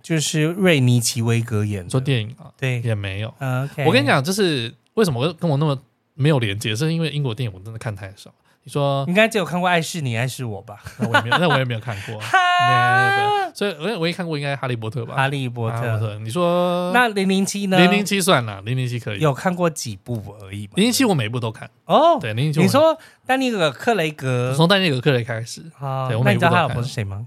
就是瑞尼奇威格演你说的。电影啊对也没有。嗯，OK，我跟你，讲，就是为什么我跟我那么没有连接，是因为英国电影我真的看太少。你说 应该只有看过《爱是你，爱是我》吧？那我也没有，那我也没有看过啊哈， ，Never。所以我唯一看过应该《哈利波特》吧，哈利波哈利特。你说那零零七呢？零零七算了，零零七可以。有看过几部而已嘛。零零七我每部都看，哦，对零零七。你说丹尼尔·克雷格从丹尼尔·克雷开始，啊对我？那每你部知道他都老看婆是谁吗？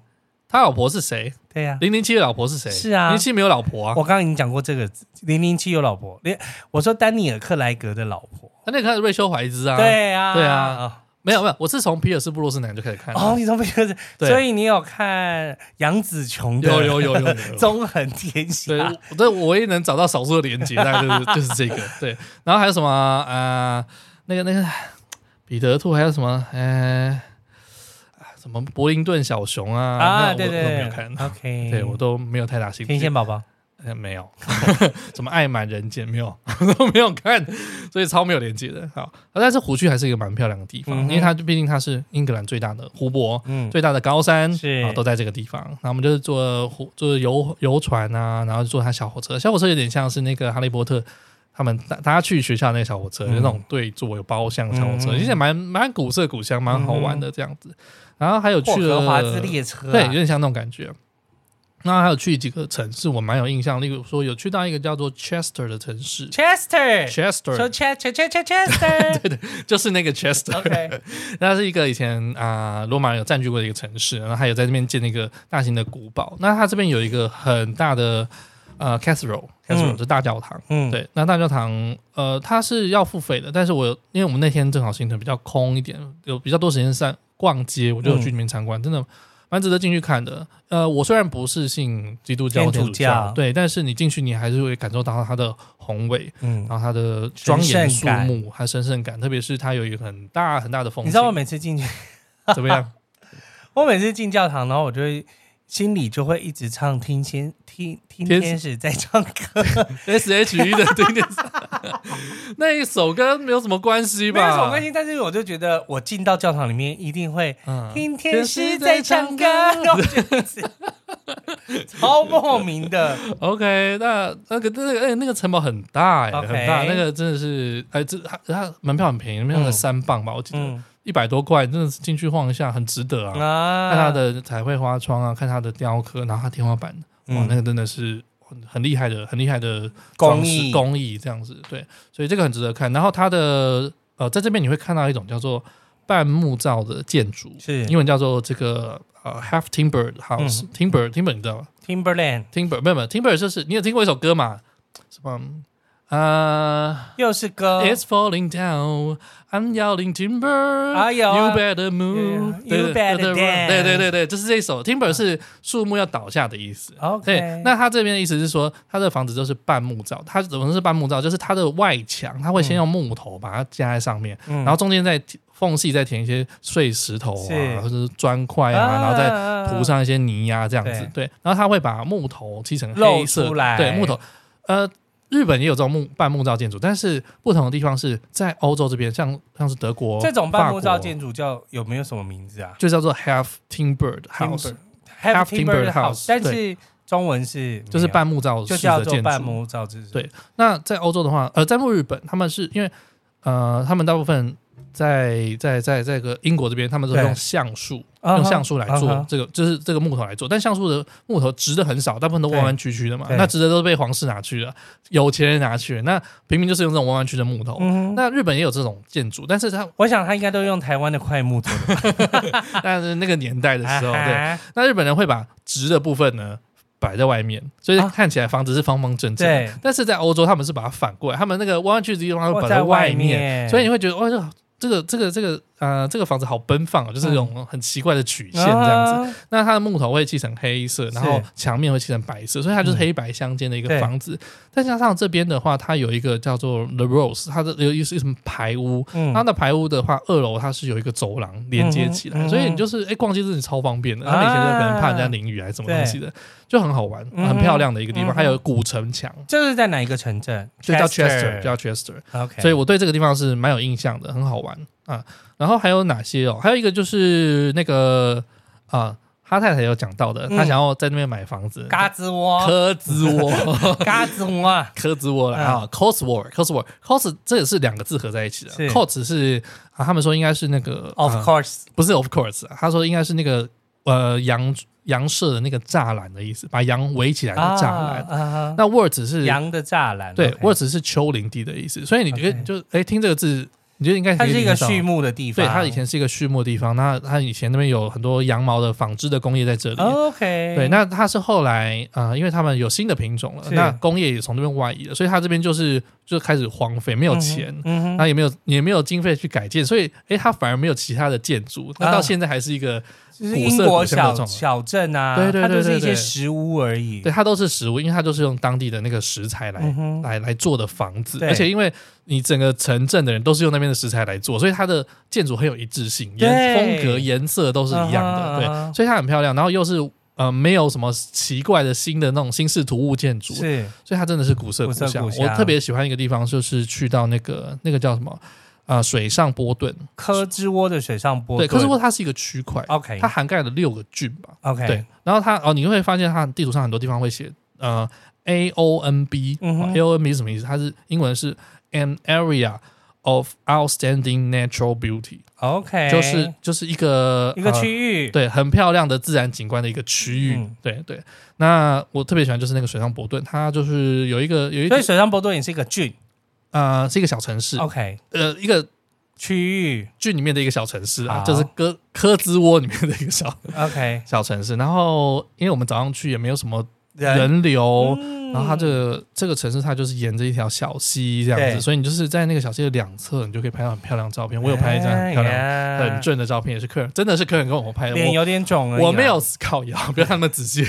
他老婆是谁？对呀，零零七的老婆是谁？是啊零零七没有老婆啊。我刚刚已经讲过这个，零零七有老婆，连我说丹尼尔·克莱格的老婆，他那个开始瑞修怀兹啊，，对啊，对啊，没有没有，我是从皮尔斯·布鲁斯南就开始看了哦，你怎么觉得？对所以你有看杨紫琼的？有有有有有有纵横天下对，》我对我唯一能找到少数的连接，大概就是就是这个。对，然后还有什么呃，那个那个彼得兔，还有什么呃，啊什么柏林顿小熊啊，那啊？我对对我都对，没有看， OK，对我都没有太大兴趣。天线宝宝，呃，没有， 什么爱满人间没有， 都没有看，所以超没有连接的。好，啊但是湖区还是一个蛮漂亮的地方，嗯哼因为它毕竟它是英格兰最大的湖泊，嗯，最大的高山是啊，都在这个地方。然后我们就是坐湖，就是游游船啊，然后坐它小火车，小火车有点像是那个哈利波特。他们大大家去学校那个小火车，嗯就那种对坐有包厢的小火车，嗯其实也蛮蛮古色古香，蛮好玩的这样子。然后还有霍去了格华兹列车啊，对，有点像那种感觉。那还有去几个城市，我蛮有印象，例如说有去到一个叫做 Chester 的城市 Chester，，Chester 说 Chester Chester Chester， 就是那个 Chester， OK， 那是一个以前啊、罗马人有占据过的一个城市，然后还有在这边建了一个大型的古堡。那它这边有一个很大的呃 Cathedral，Cathedral 嗯就是大教堂。嗯，对，那大教堂呃它是要付费的，但是我因为我们那天正好行程比较空一点，有比较多时间散逛街，我就有去里面参嗯观，真的蛮值得进去看的。呃，我虽然不是信基督教、天或主天主教教，对，但是你进去你还是会感受到它的宏伟，嗯，然后它的庄严神肃圣感穆，还有神圣感，特别是它有一个很大很大的风你景，知道我每次进去， 怎么样？我每次进教堂，然后我就会。心里就会一直唱听先听听天天使在唱歌， S H E 的对 对，那一首跟没有什么关系没吧？有什么关。系，但是我就觉得我进到教堂里面一定会嗯听天使在唱歌，然后就一直 超莫名的， OK，那那个那个哎，那个城堡很大哎、 OK 很大，那个真的是哎，这它它门票很便宜，门票才嗯三磅吧，我记得 嗯一百、多块，真的是进去晃一下很值得啊。啊看它的彩绘花窗啊，看它的雕刻，然后它天花板，哇，那嗯个真的是很很厉害的，很厉害的工装饰艺工艺这样子，对，所以这个很值得看。然后它的呃，在这边你会看到一种叫做半木造的建筑，是英文叫做这个呃 half timber 嗯 house、timber timber 你知道吗？ Timberland， Timber 没有没有 Timber 就是你有听过一首歌嘛？什么？啊、又是歌 i t s falling down, I'm yelling timber. 啊有啊 you better move. Yeah, you 对对 better 对对 dance 嗯对对对，就是这一首 Timber 是树木要倒下的意思。 OK，对，那他这边的意思是说，他的房子都是半木造，它怎么是半木造？就是它的外墙，他会嗯先用木头把它加在上面，然然后中间再缝隙再填一些碎石头是啊，或者是砖块呃啊，然后再涂上一些泥呀、这样子。对，然后他会把木头漆成黑露色，出来对，木头。呃，日本也有这种木半木造建筑，但是不同的地方是在欧洲这边，像像是德国呃这种半木造，法建筑叫有没有什么名字啊国就叫做 half timbered house， ？Have Half timber timbered house， house，但是中文是就是没有半木造就式叫的做建半筑。木造制式。对那在欧洲的话，呃，在日本他们是因为呃，他们大部分在在在在这个英国这边，他们都是对用橡树啊哈，用橡树来啊做哈这个，就是这个木头来做。但橡树的木头直的很少，大部分都弯弯曲曲的嘛。对对那直的都被皇室拿去了，有钱人拿去了。那平民就是用这种弯弯曲的木头。嗯 哼，那日本也有这种建筑，但是 它我想他应该都用台湾的块木做的但是那个年 代的时 候，对，啊哈那日本人会把直的部分呢摆在外面，所以啊看起来房子是方方正 正。 对，但是在欧洲，他们是把它反过来，他们那个弯弯曲曲的地方会摆在外面，面所以你会觉得哇，这个这个这个呃，这个房子好奔放嗯哦，就是这种很奇怪的曲线啊这样子。子，那它的木头会砌成黑色，然后是墙面会砌成白色，所以它就是黑白相间的一嗯个对房子。再加上这边的话，它有一个叫做 The Rose，它的有一是什么排屋。嗯它的排屋的话，二楼它是有一个走廊连接起嗯来，哼所以你就是哎、逛街真的超方便的。啊然后你以前就可能怕人家淋雨还是什么东西的，就很好玩，嗯哼很漂亮的一个地嗯方。哼还有古城墙，这是在哪一个城镇？就叫 Chester，叫 Chester。 OK，所以我对这个地方是蛮有印象的，很好玩啊。然后还有哪些哦？还有一个就是那个啊，哈太太有讲到的，嗯她想要在那边买房子，嘎哦吱窝，科兹 沃，嘎吱 窝啊，科兹沃了啊，Cosworth，Cosworth，Cos 这也是两个字合在一起的是，Cos 是啊，他们说应该是那个 of 啊 course，不是 of course，啊他说应该是那个呃羊羊舍的那个栅栏的意思，把羊围起来啊的栅栏。栏那 word 只是羊的栅栏，对 OK 沃只是丘陵地的意思，所以你觉 OK 得就哎听这个字，你觉得应该它是一个畜幕，牧的地方，对，它以前是一个畜牧地方，那它以前那边有很多羊毛的纺织的工业在这里。 OK，对，那它是后来呃，因为他们有新的品种了，是那工业也从那边外移了，所以它这边就是就开始荒废，没有钱，嗯那、也没有也没有经费去改建，所以哎，它反而没有其他的建筑，那啊到现在还是一个，就是英古国色古香的这小种小镇啊，对对对它就是对一些对石屋而已。对，它都是食物，因为它都是用当地的那个食材来嗯哼，来来做的房子，对而且因为你整个城镇的人都是用那边的食材来做，所以它的建筑很有一致性，颜对风格、颜色都是一样的，啊哈啊哈对，所以它很漂亮。然后又是呃没有什么奇怪的新的那种新式土木建筑，所是以它真的是古色古古色香。古香我特别喜欢一个地方，就是去到那个那个叫什么呃水上波顿，科之窝的水上波对，顿，哦可是说它是一个区块， OK 它涵盖了六个郡吧， OK，对，然后它哦，你会发现它地图上很多地方会写呃 A O N B，A 嗯哼 O N B 是什么意思？它是英文是 an area of outstanding natural beauty，、 OK，就是就是一个哎一个域、区域，呃，对，很漂亮的自然景观的一个区域。嗯对对，那我特别喜欢就是那个水上伯顿，它就是有一个有一所以哦个水上波顿也是一个郡呃是一个小城市， ，OK，呃一个区域郡里面的一个小城市啊好，就是科科兹窝里面的一个小 OK，小城市。然后因为我们早上去也没有什么 人流，嗯然后它这个这个城市，它就是沿着一条小溪这样对子，所以你就是在那个小溪的两侧，你就可以拍到很漂亮的照片。我有拍一张很漂亮、亮很正的照片，也是客人，真的是客人跟我拍的。脸我哎有点肿而已啊我没有靠腰，不要看那么仔 细，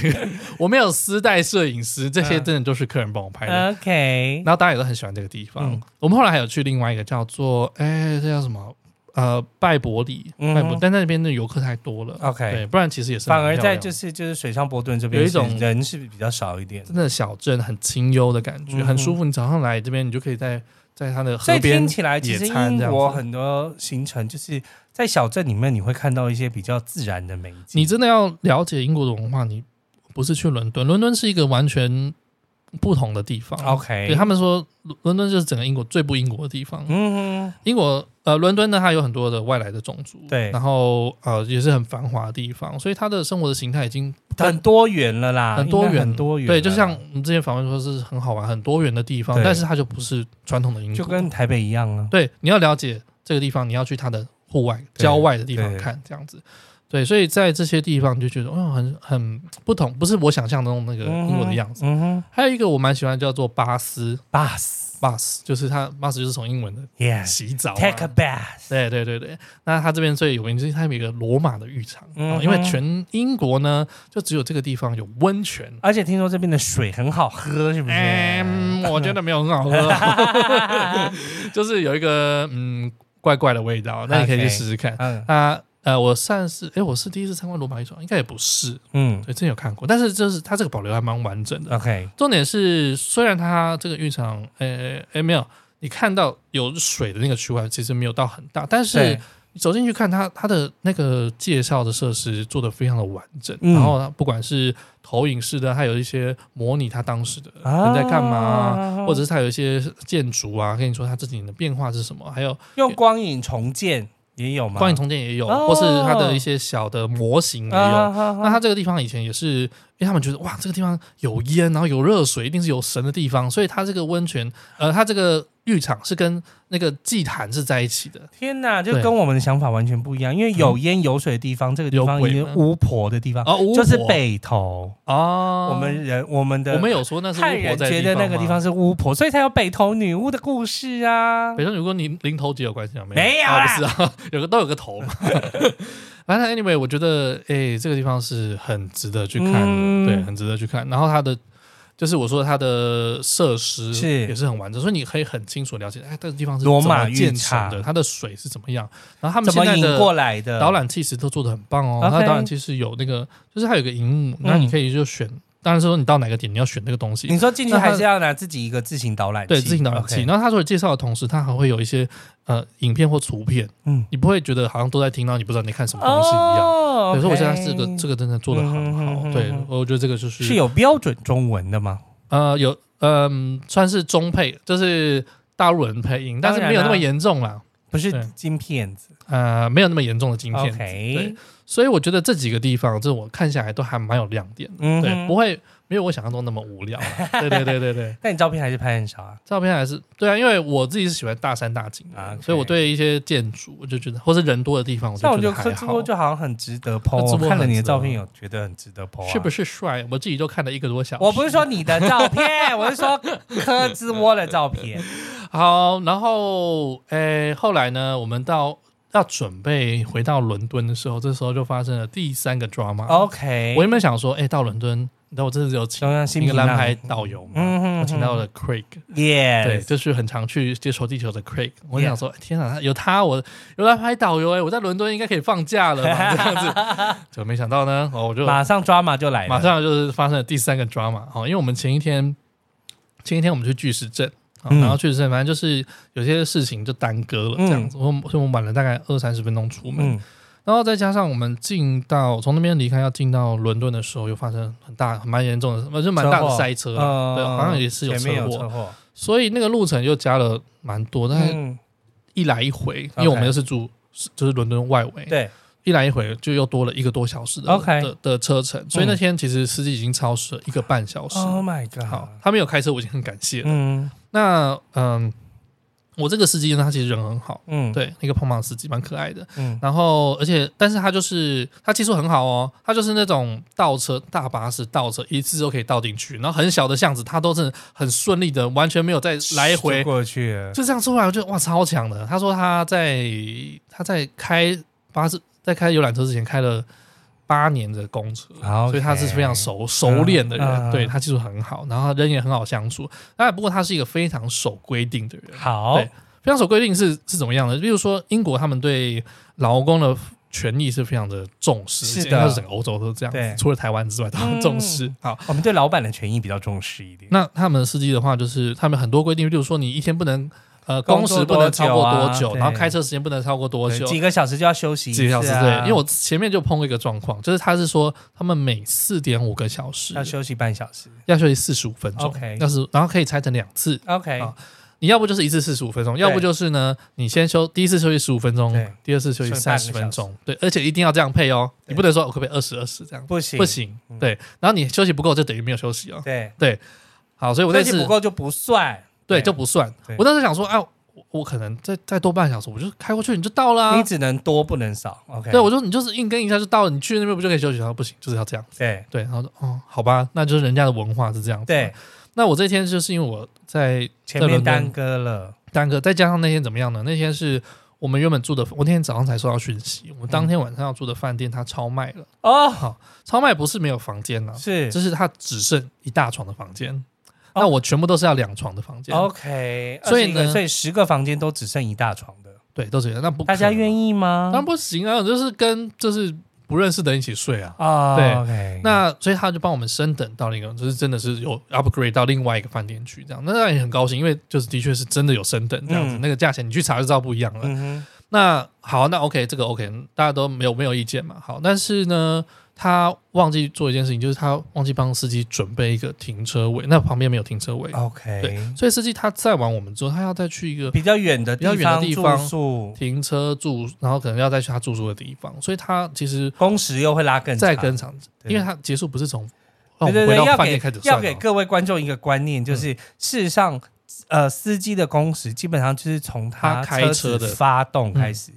我没有私带摄影师，这些嗯真的都是客人帮我拍的。 OK，然后大家也都很喜欢这个地方。嗯我们后来还有去另外一个叫做哎，这叫什么？呃，拜伯里，嗯哼拜伯，但那边的游客太多了。 OK 对，不然其实也是蛮反而漂亮在的就是就是水上波顿这边有一种是人是比较少一点的，真的小镇很清幽的感嗯觉，哼很舒服。你早上来这边，你就可以在在它的所河以听边，起来，其实野餐英这样子国很多行程就是在小镇里面，你会看到一些比较自然的美景。你真的要了解英国的文化，你不是去伦敦，伦敦是一个完全不同的地方。对 OK？他们说，伦敦就是整个英国最不英国的地方。嗯哼，英国呃，伦敦呢，它有很多的外来的种族，对然后呃也是很繁华的地方，所以它的生活的形态已经很多元了啦，很多应该元很多元了。啊对，就像我们之前访问说是很好玩、很多元的地方对，但是它就不是传统的英国，就跟台北一样啊。对，你要了解这个地方，你要去它的户外、对郊外的地方对看，这样子。对，所以在这些地方你就觉得，哦，很很不同，不是我想象中那个嗯哼英国的样子。嗯哼还有一个我蛮喜欢叫做巴斯，bus ，bus 就是它，bus 就是从英文的 yes 洗澡、啊。 take a bath。对对对对，那它这边最有名就是它有一个罗马的浴场，嗯哦哼因为全英国呢就只有这个地方有温泉。而且听说这边的水很好喝，是不是？嗯，我觉得没有很好 喝，就是有一个嗯怪怪的味道，那你可以去 OK 试试看。嗯它呃，我上次哎，我是第一次参观罗马艺术馆，应该也不是，嗯对，真有看过，但是就是它这个保留还蛮完整的。 ，OK，重点是，虽然它这个浴场，呃，哎没有，你看到有水的那个区块其实没有到很大，但是对你走进去看它，它的那个介绍的设施做的非常的完整，嗯然后它不管是投影式的，还有一些模拟它当时的啊人在干嘛、哦或者是它有一些建筑啊，跟你说它这几年的变化是什么，还有用光影重建也有吗？光影重建也有，哦或是它的一些小的模型也有。啊哈那哈它这个地方以前也是，因为他们觉得哇，这个地方有烟，然后有热水，一定是有神的地方，所以它这个温泉，呃，它这个浴场是跟那个祭坛是在一起的，天哪，就对嗯跟我们的想法完全不一样，因为有烟有水的地方，这个地方有已鬼经吗巫婆的地方，哦，巫啊就是婆北头。哦，我们人我们的我们有说那是巫汉婆人在觉得那个地方吗，是巫婆，所以才有北头女巫的故事啊北。上如果你零头级有关系吗？没有啊啦不是啊， 有个都有个头嘛。反正 anyway，我觉得哎、这个地方是很值得去看的，嗯对，很值得去看。然后它的就是我说它的设施是也是很完整，所以你可以很清楚地了解，哎，这个地方是罗马怎么建成浴的，场它的水是怎么样，然后他们怎现么在引的过来的？导览器其实都做的很棒哦。 OK 嗯它导览器是有那个，就是它有个荧幕，那你可以就选，当然是说你到哪个点你要选这个东西，你说进去那它还是要拿自己一个自行导览器，对，自行导览器。 OK，然后他除了介绍的同时，他还会有一些呃影片或图片，嗯，你不会觉得好像都在听到，你不知道你看什么东西一样。哦，对所以我觉得他 OK 这个这个真的做的很嗯哼好。哼对哼哼，我觉得这个就是是有标准中文的吗？呃有嗯、算是中配，就是大陆人配音，但是当然啊没有那么严重啦。不是对金片子呃，没有那么严重的晶片。 ，OK，对所以我觉得这几个地方，这我看下来都还蛮有亮点的。嗯对，哼不会没有我想象中那么无聊啦。对对对对对。但你照片还是拍很少啊。照片还是对啊，因为我自己是喜欢大山大景的啊，OK 所以我对一觉得建筑我就觉得，或是人多的地方，我像我觉就得看还直好播。就好像啊很值得 PO，那直我播看了很你的值得照片有觉得很值得 PO，啊是不是帅？我自己都看了一个多小时。我不是说你的照片，我是说柯兹窝的照 片。好，然后诶，后来呢，我们到要准备回到伦敦的时候，这时候就发生了第三个 drama。哦 OK，我原本想说，诶，到伦敦，你知道我这次有请中央新一个平蓝浪牌导游嘛，嗯哼哼我请到了 Craig，对， Yes，就是很常去接触地球的 Craig，我 Yeah 想说，天哪，他有他，我有他拍导游哎，我在伦敦应该可以放假了吧？这样子，就没想到呢，哦，我就马上抓马就来了，马上就是发生了第三个 drama 哦，因为我们前一天前一天我们去巨石阵。哦嗯然后巨石阵，反正就是有些事情就耽搁了，这样子，我们所以我们晚了大概二三十分钟出门，嗯，然后再加上我们进到从那边离开要进到伦敦的时候，又发生很大蛮严重的，反正蛮大的车祸塞车啊，呃对，好像也是有前车面有祸车，祸，所以那个路程又加了蛮多，但是嗯，一来一回，因 OK 为我们又是住就是伦敦外围，对，一来一回就又多了一个多小时的 OK 嗯的的车程，所以那天其实司机已经超时了一个半小时。 Oh my god，好，，他没有开车，我已经很感谢了。嗯那嗯，我这个司机呢，他其实人很好，嗯，，对，一个胖胖的司机，蛮可爱的。嗯然后，而且，但是他就是他技术很好哦，他就是那种倒车大巴士倒车一次就可以倒进去，然后很小的巷子他都是很顺利的，完全没有再来回就过去了，就这样出来，我觉得哇，超强的。他说他在他在开巴士，在开游览车之前开了八年的公车，好，所以他是非常熟熟练的人，嗯对他技术很好，然后人也很好相处。当然，不过他是一个非常守规定的人。好，对非常守规定是是怎么样的？例如说，英国他们对劳工的权益是非常的重视，是的应该整个欧洲都是这样对嗯子，除了台湾之外都很重视。好，我们对老板的权益比较重视一点。那他们的司机的话，就是他们很多规定，例如说你一天不能呃工工作时不能多久超过啊多久，对然后开车时间不能超过多对久，几个小时就要休息一次几个小时啊对。因为我前面就碰过一个状况，就是他是说他们每四点五个小时要休息半小时。要休息四十五分钟 OK 那是然后可以拆成两次。 OK，好你要不就是一次四十五分钟，要不就是呢，你先休第一次休息十五分钟对，第二次休息剩半三个十分钟，对，而且一定要这样配哦，对你不能说我可不可以二十二十这样，不行不，行嗯，对，然后你休息不够就等于没有休息哦。对，好，所以我休那息次不够就不算。对就不算对。我当时想说，哎，我我可能再再多半小时，我就开过去，你就到啦、你只哎能多不能少。OK，啊对，我说你就是硬跟一下就到了，你去那边不就可以休息？他说不行，就是要这样。对对，然后说哦，好吧，那就是人家的文化是这样。对，，那我这天就是因为我在前面在伦耽敦搁了。耽搁，再加上那天怎么样呢？那天是我们原本住的，我那天早上才收到讯息，我们当天晚上要住的饭店它超卖了，哦，超卖不是没有房间了、是就是它只剩一大床的房间，哦那我全部都是要两床的房间。 OK，所以呢21个所以十个房间都只剩一大床的，对，都这样。那不大家意，愿意吗？当然不行啊，就是跟就是不认识的人一起睡啊。啊，对 OK 那所以他就帮我们升等到另一个，就是真的是有 upgrade 到另外一个饭店去，这样，那当然也很高兴，因为就是的确是真的有升等这样子，嗯那个价钱你去查就知道不一样了。嗯那好，那 OK，这个 OK，大家都没有没有意见嘛。好，但是呢，他忘记做一件事情，就是他忘记帮司机准备一个停车位，那旁边没有停车位，哼，OK，所以司机他载完我们之后，他要再去一个比较远的比较远的地住方宿，停车住，然后可能要再去他住宿的地方，所以他其实工时又会拉更长再跟场，对因为他结束不是从让对我们哦回对对，到要饭店给开始算嗯要哦，给各位观众一个观念，就是事实上，呃，司机的工时基本上就是从他开车车子的嗯发动开始，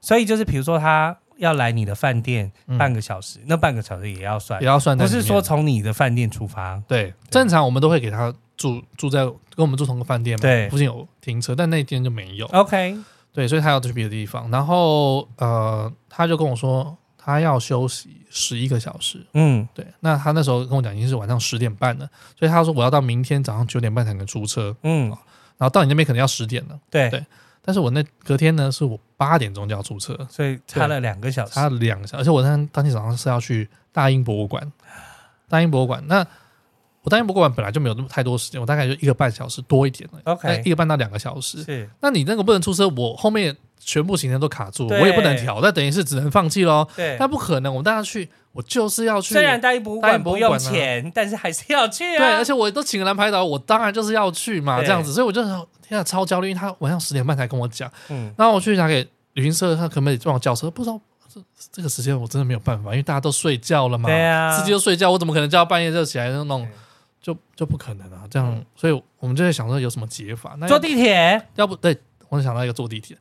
所以就是比如说他要来你的饭店嗯半个小时，那半个小时也要算也，要哦算在不里面，是说从你的饭店出发，对正常我们都会给他住住在跟我们住同个饭店嘛，对啊附近有停车，但那天就没有。 OK，对，所以他要去别的地方。然后呃，他就跟我说他要休息十一个小时。嗯对，那他那时候跟我讲已经是晚上十点半了，所以他说我要到明天早上九点半才能出车，嗯，然后到你那边可能要十点了。对，哦对但是我那隔天呢，是我八点钟就要出车，所以差了两个小时，差两个小时，而且我当当天早上是要去大英博物馆，大英博物馆那。我大英博物馆本来就没有那么太多时间，我大概就一个半小时多一点了 OK 哎大概一个半到两个小时。是那你那个不能出车，我后面全部行程都卡住，对我也不能调，那等于是只能放弃喽。对。那不可能，我们大家去，我就是要去。虽然大英博物馆不用大英博物馆啊钱，但是还是要去啊。对，而且我都请了蓝牌岛，我当然就是要去嘛，对这样子，所以我就很天啊，超焦虑，因为他晚上十点半才跟我讲，嗯，然后我去打给旅行社，他可不可以帮我叫车？不知道这这个时间我真的没有办法，因为大家都睡觉了嘛，对啊，司机都睡觉，我怎么可能叫他半夜就起来那种对？就就不可能啊，这样嗯，所以我们就在想说有什么解法。那要坐地铁，要不对，我想到一个坐地铁，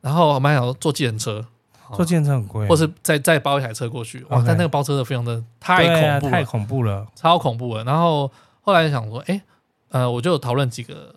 然后我们还想说坐计程车，好坐电车很贵，哦啊或是再再包一台车过去。哇， OK 但那个包车的费用真的太对啊恐怖了，太恐怖了。超恐怖了。然后后来想说，哎、呃，我就有讨论几个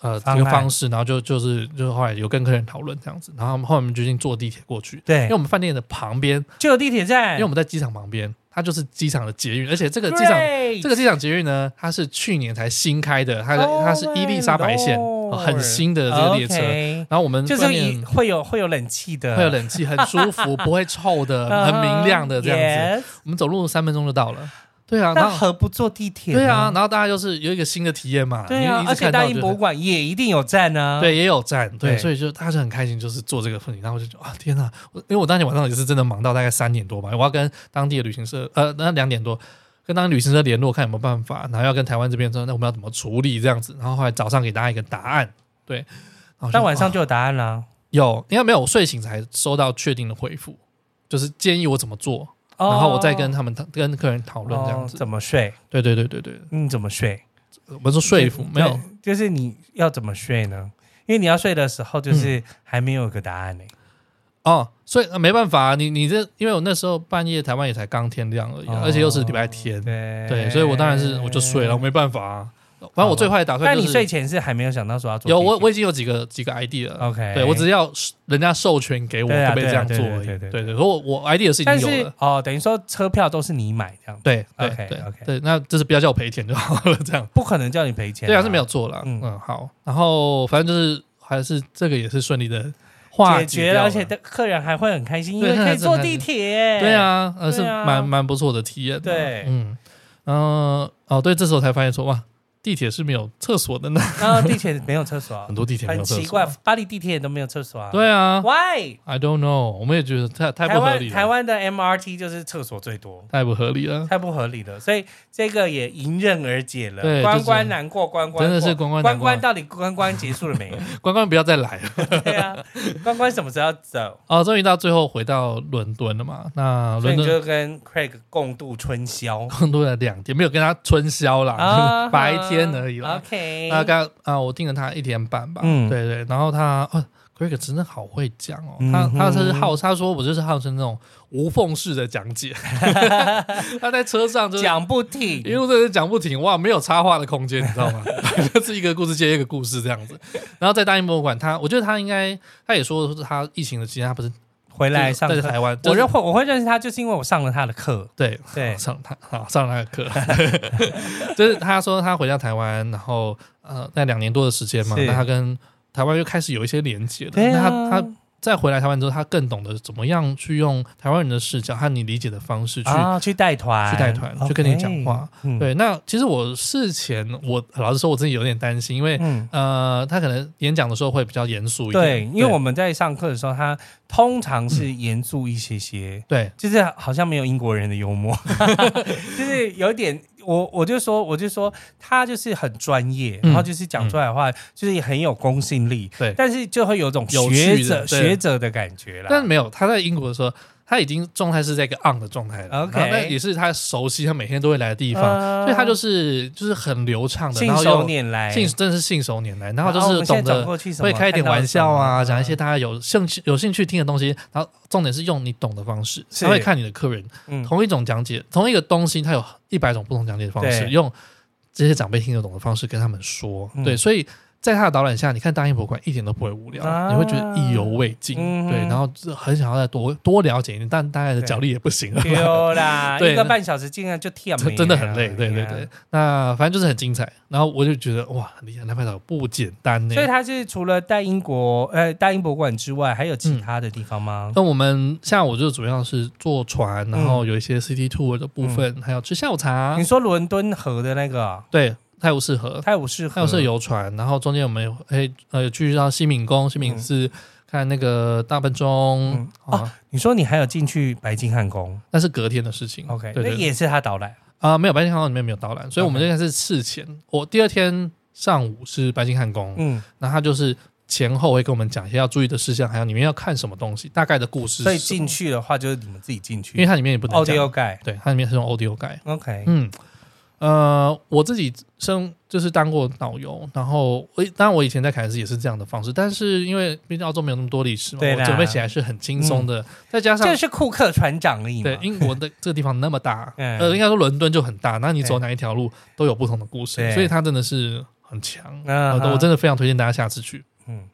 呃几个方案方式，然后就就是就是后来有跟客人讨论这样子，然后后来我们决定坐地铁过去，对因为，我们饭店的旁边，就有地铁站，因为我们在机场旁边，它就是机场的捷运，而且这个机场。 Great 这个机场捷运呢，它是去年才新开的，它的、 Oh 它是伊丽莎白线， my 哦很新的这个列车。 OK 然后我们就是饭一店会有会有冷气的，嗯会有冷气，很舒 服，不会臭的，很明亮的这样子。样子。我们走路三分钟就到了。对啊，那然后何不坐地铁呢？对啊，然后大家就是有一个新的体验嘛。哦对你啊，一而直且看大到英就博物馆也一定有站啊。，对也有站，对，对所以就大家就很开心，就是做这个事情。然后我就觉得啊，天哪！我因为我当天晚上也是真的忙到大概三点多吧，我要跟当地的旅行社，呃，那两点多。跟当地旅行社联络，看有没有办法，然后要跟台湾这边说，那我们要怎么处理这样子？然后后来早上给大家一个答案，对。然后我就但晚上啊就有答案啦。有，应该没有，我睡醒才收到确定的回复，就是建议我怎么做，然后我再跟哦他们跟客人讨论这样哦子。怎么睡？对对对对对，你怎么睡？我们说说服没有对，就是你要怎么睡呢？因为你要睡的时候，嗯就是还没有一个答案呢。哦，所以、呃没办法、啊，你你这因为我那时候半夜台湾也才刚天亮而已啊、哦而且又是礼拜天，对对，所以我当然是我就睡了，我。没办法啊。反正我最坏的打算但就是哦你睡前是还没有想到说要做有我我已经有几个几个 ID 了哦 OK 对我只要人家授权给我，对啊可不可以这样做对啊对啊而已？对啊对啊对对，所以我我 ID 的事情但有是了。哦，等于说车票都是你买这样，对对 OK，对 OK 对，那就是不要叫我赔钱就好了， 这样。不可能叫你赔钱、对啊，是没有做了。嗯嗯好。然后反正就是还是这个也是顺利的化解决掉了，而且客人还会很开心，因对为可以坐客人真的地铁。对，啊，呃，对是啊蛮蛮不错的体验的。对嗯，然后哦，对，这时候才发现说，哇，地铁是没有厕所的 呢， 然后地铁没有厕所啊很，多地铁没有很厕所。奇怪，巴黎地铁都没有厕所 啊。对啊，Why？ ，I don't know，我们也觉得太太台不合湾理台了，湾的 MRT 就是厕所最多，太不合理了。太不合理了，所以这个也迎刃而解了。对关就是关难过关关过，真的是关关关难过关到底关关结束了 没？关关不要再来了。对啊，关关什么时候要走？哦，终于到最后回到伦敦了嘛？那所以伦你敦就跟 Craig 共度春宵更多了两天，没有跟他春宵啦，啊白天而已啦。啊 OK，大概啊，我订了他一天半吧。嗯对对，然后他哦 Greg 真的好会讲哦，嗯他哼他是号他说我就是号称那种无缝式的讲解， 他在车上就是。讲不停，一路在这讲不停，哇，没有插话的空间，你知道 吗？ 就是一个故事接一个故事这样子。然后在大英博物馆，他我觉得他应该，他也说他疫情的期间，他不是回来上在课。台湾，我就是认会我会认识他，就是因为我上了他的课。对对，上他啊上那个 课， 就是他说他回到台湾，然后呃那两年多的时间嘛，是那他跟台湾又开始有一些连接的，对那啊，他他再回来台湾之后，他更懂得怎么样去用台湾人的视角和你理解的方式去、啊，去带团，去带团，去跟你讲话。 OK，嗯，对，那其实我事前我老实说，我自己有点担心，因为、嗯，呃，他可能演讲的时候会比较严肃一点。对，因为我们在上课的时候，他通常嗯是严肃一些些，对就是好像没有英国人的幽默， 就是有点。我我就说，我就说他就是很专业，嗯然后就是讲出来的话、就是很有公信力，对但是就会有种有趣的学者对学者的感觉啦。但没有，他在英国的时候，他已经状态是在一个 on 的状态了。 OK 然后那也是他熟悉，他每天都会来的地方，呃所以他就是就是很流畅的，信然后手又拈来，啊信真的是信手拈来，然然后就是懂得会会开一点玩笑啊，讲一嗯些大家有兴趣有兴趣听的东西，然后重点是用你懂的方式，是他会看你的客人， 嗯同一种讲解，同一个东西，它有一百种不同讲解的方式，对用这些长辈听得懂的方式跟他们说，嗯对，所以。在他的导览下，你看大英博物馆一点都不会无聊，啊你会觉得意犹未尽，嗯对，然后就很想要再多多了解一点，但大概的脚力也不行了，丢啦，对一个半小时竟然就跳， 哎真真的很累，啊对对对。那反正就是很精彩，然后我就觉得哇，很厉害，南派岛不简单呢所以。他是除了大英国呃大英博物馆之外，还有其嗯他的地方吗？那我们下午就主要是坐船，然后有一些 city tour 的部分，还有吃下午茶嗯你。说伦敦河的那个啊对，泰晤士河，泰晤士河，泰晤士游船，然后中间我们有诶呃有去到西敏宫，西敏寺、看那个大笨钟嗯、啊，你说你还有进去白金汉宫那是隔天的事情。 ，OK，嗯对那对对也是他导览，啊、没有白金汉宫里面没有导览，所以我们 OK 应该是事前。我第二天上午是白金汉宫，嗯，那他就是前后会跟我们讲一些要注意的事项，还有里面要看什么东西，大概的故事。所以进，去的话就是你们自己进因为去哦它里面也不能讲，audio guide。对，它里面是用 audio 盖。 OK，嗯，呃，我自己生就是当过导游，然后我当然我以前在凯恩斯也是这样的方式，但是因为毕竟澳洲没有那么多历史嘛，对啦我准备起来是很轻松的，再加上这。是库克船长而已嘛对，英国的这个地方那么大，嗯呃，应该说伦敦就很大，那你走对哪一条路都有不同的故事对，所以它真的是很强。啊呃哈我真的非常推荐大家下次去嗯，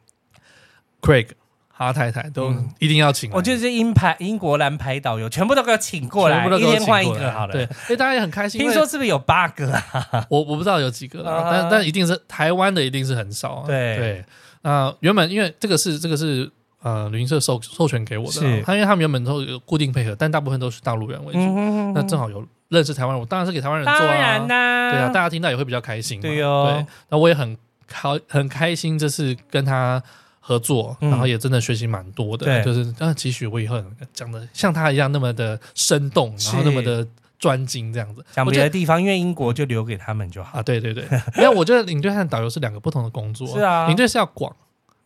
Craig 哈太太都嗯一定要请来，我就是英排英国蓝牌导游，全部都给我请过来，全部都一给我天请换一过个来好了。对，，所以大家也很开心。因听为说是不是有八个啊？我我不知道有几个啦，啊但但一定是台湾的，一定是很少、啊。对对，那、原本因为这个是这个是呃旅行社授授权给我的是啦，他因为他们原本都有固定配合，但大部分都是大陆人为主。嗯那正好有认识台湾人，我当然是给台湾人做当啊。然啦、对啊，大家听到也会比较开心嘛。对哦对，那我也很开很开心，这次跟他合作，嗯然后也真的学习蛮多的。对就是那期许我以后讲的像他一样那么的生动，然后是那么的专精这样子。讲我别觉的得地方，因为英国就留给他们就好。啊，对对 对，因为我觉得领队和导游是两个不同的工作。是啊嗯领队是要广，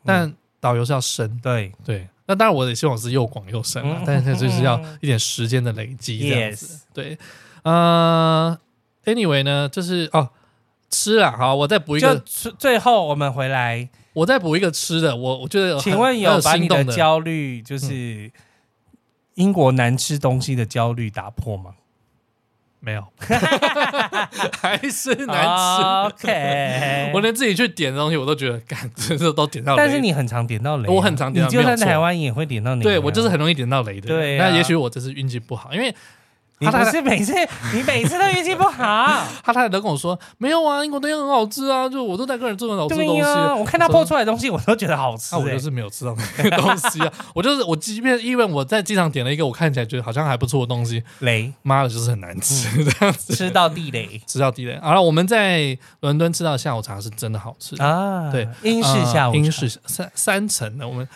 但导游是要深。对对，那当然我也希望是又广又深啊嗯，但是就是要一点时间的累积这样 ，yes，子。对，呃，anyway 呢，就是哦，吃啊，好，我再补一就个，最最后我们回来，我再补一个吃的，我我觉得很请问很有把心你动的的嗯焦虑，就是英国难吃东西的焦虑打破吗？没 有？还是啊难吃。 OK， 我连自己去点的东西我都觉得，干，这这都点到雷。但是你很常点到雷啊、我很常点到你就没算有错在台湾也会点到雷啊、对我就是很容易点到雷的人。对啊那也许我这次运气不好，因为你他不太太是每次，你每次都运气不 好。他太太都跟我说，没有啊，英国东西很好吃啊，就我都在跟人做很好吃的对东西。呀、我看他播出来的东西，我都觉得好吃、那、欸。我就是没有吃到那个东西啊！我就是我，即便因为我在机场点了一个我看起来觉得好像还不错的东西，雷妈的，就是很难嗯吃、这样子，吃到地雷吃到地雷。好了，我们在伦敦吃到的下午茶是真的好吃，啊！对，英式下呃午茶、英式三三层的，我们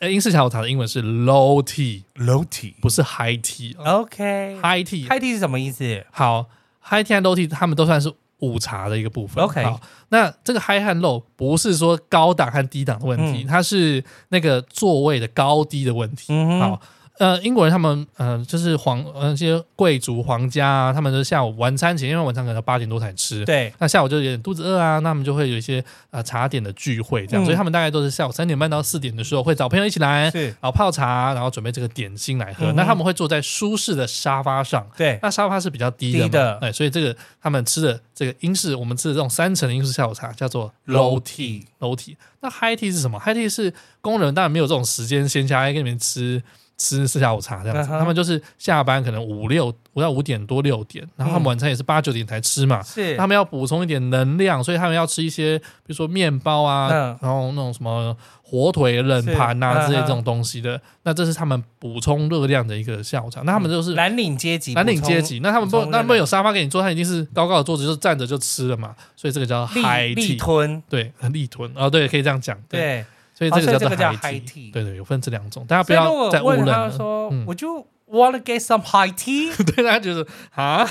呃英式下午茶的英文是 low tea，楼体不是 high tea 啊、 ，OK， high tea 嗨 T 是什么意思？好，high tea 和 low tea 他们都算是午茶的一个部分。 OK 好，那这个 high 和 low 不是说高档和低档的问题，嗯它是那个座位的高低的问题。嗯哼好，呃，英国人他们呃，就是皇呃那些贵族皇家啊，他们的下午晚餐前，因为晚餐可能八点多才吃。对，那下午就有点肚子饿啊，那他们就会有一些呃茶点的聚会，这样，嗯所以他们大概都是下午三点半到四点的时候会找朋友一起来，是，然后泡茶，然后准备这个点心来喝。嗯哼那他们会坐在舒适的沙发上，对，那沙发是比较低的嘛，低的对，所以这个他们吃的这个英式，我们吃的这种三层的英式下午茶叫做 low Low tea tea low tea。那 high tea 是什么？high tea 是工人当然没有这种时间闲暇来跟你们吃吃下午茶这样子。嗯哼他们就是下班可能五六五到五点多六点，然后他们嗯晚餐也是八九点才吃嘛。是他们要补充一点能量，所以他们要吃一些，比如说面包啊，嗯然后那种什么火腿冷盘是啊嗯之类这种东西的。那这是他们补充热量的一个下午茶。那嗯他们就是蓝领阶级，蓝领阶级，那他们补不充热那量不有沙发给你坐，他一定是高高的桌子就站着就吃了嘛。所以这个叫力海力体，吞，对，力吞啊，对，可以这样讲，对。对。所以哦这所个以这叫做个叫 high high tea tea，对对，有分这两种，大家不所以如要果再误问认他了。说嗯，我就 wanna get some high tea 对，大家觉得啊，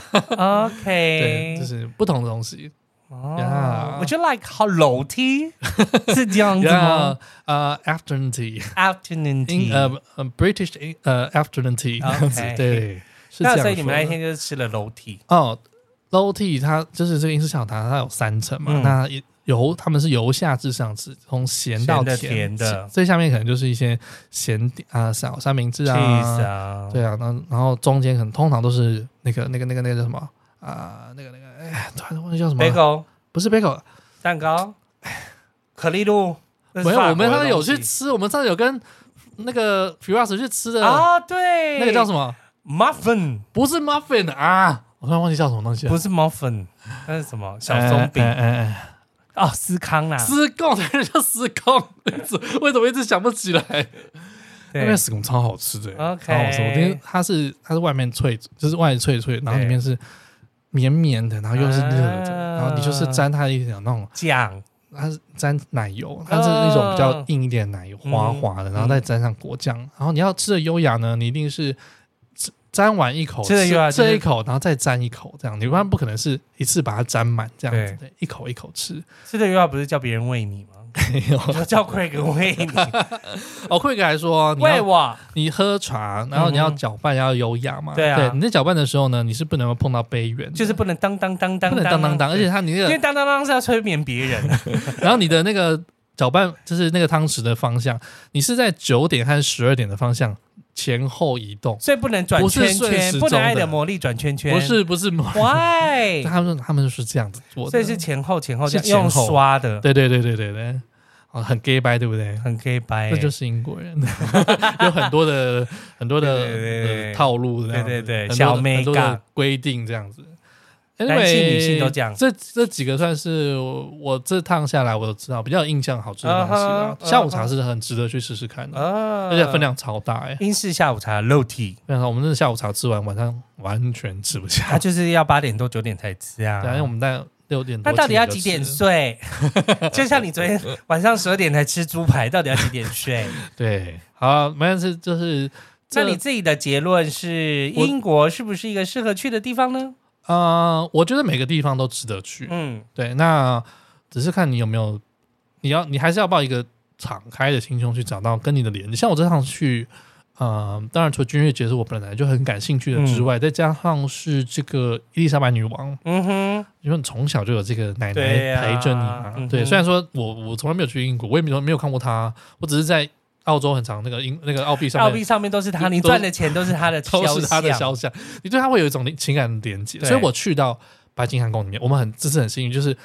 对， OK，就是啊不同的东西。哦 Yeah，我就 like 好楼 梯是这样子呀吗，呃，afternoon tea， ？Afternoon 英 tea，呃呃 British 呃 afternoon tea 这 OK 样子，对，是这那样所以说你们那的一天就是吃了楼梯，哦，low tea 它就是这个英式小塔，它有三层嘛，嗯那也由他们是由下至上吃，从咸到咸的甜甜的最下面可能就是一些咸点啊，小三明治 cheese 啊，啊，对啊，那然后中间可能通常都是那个那个那个那个叫什么啊、那个那个哎，突然忘记叫什么了， ，bagel 不是 bagel，蛋糕，可丽露，那是没有，法我们国的上次有去东西吃，我们上次有跟那个 Firas 去吃的、啊，对，那个叫什么？ muffin，不是 muffin 啊，我突然忘记叫什么东西了不。是 muffin，那是什么小松饼哎哎哎哎哦，司康啦，失控，人叫失控，为什么一直想不起来？那对边死贡超好吃的 OK 超好吃。我今天它是它是外面脆，就是外脆脆，然后里面是绵绵的，然后又是热的，啊然后你就是沾它一点那种，酱，它是沾奶油，它是那种比较硬一点的奶油，嗯滑滑的，然后再沾上果酱，然后你要吃的优雅呢，你一定是。吃沾完一口，吃得优雅就是这一口，然后再沾一口，这样你不然不可能是一次把它沾满这样子，对一口一口吃。吃的又要不是叫别人喂你 吗？没有，我说叫 Craig 喂 你，哦，慧哥还说，你要喂我，你喝茶，然后你要嗯哼搅拌要优雅嘛。对啊你在搅拌的时候呢，你是不能够碰到杯缘的，就是不能当当当当不能当当当，而且它你因为的，当当当是要催眠别人，然后你的那个搅拌就是那个汤匙的方向，你是在九点和十二点的方向前后移动，所以不能转圈不是顺时圈，钟的不能爱的魔力转圈圈，不是不是吗？ why， 他们他们是这样子做的，所以是前后前后这是前样用后刷的，对对对对对对，哦，很 gay 白对不对？很 gay 白，这就是是英国人， 有很多的很多的对对对呃套路这样子，对对很对多的小美很多的感规定这样子。男性女性都 Anyway，这样这这几个算是我我这趟下来我知道比较有印象好吃的东西啦啊。哈下午茶是很值得去试试看的，啊而且分量超大哎。英式下午茶肉体，然后我们真的下午茶吃完，晚上完全吃不下它。就是要八点多九点才吃啊，对啊，因为我们在六点多。那到底要几7点就吃睡？ 就像你昨天晚上十二点才吃猪排，到底要几点睡？对，好，没关系，就是这那你自己的结论是，我英国是不是一个适合去的地方呢？呃，我觉得每个地方都值得去。嗯，对，那呃只是看你有没有，你要你还是要抱一个敞开的心胸去找到跟你的连。像我这趟去，呃，当然除了军乐节是我本来就很感兴趣的之外，再加上是这个伊丽莎白女王，嗯哼，因为你从小就有这个奶奶对啊陪着你嘛。嗯哼对，虽然说我我从来没有去英国，我也没有没有看过她，我只是在澳洲很长那个英那个澳币上澳面币上面都是他，都你赚的钱都是他的 都肖是他的像肖像，你对他会有一种情感的连接。对所以我去到白金汉宫里面，我们很这次很幸运，就是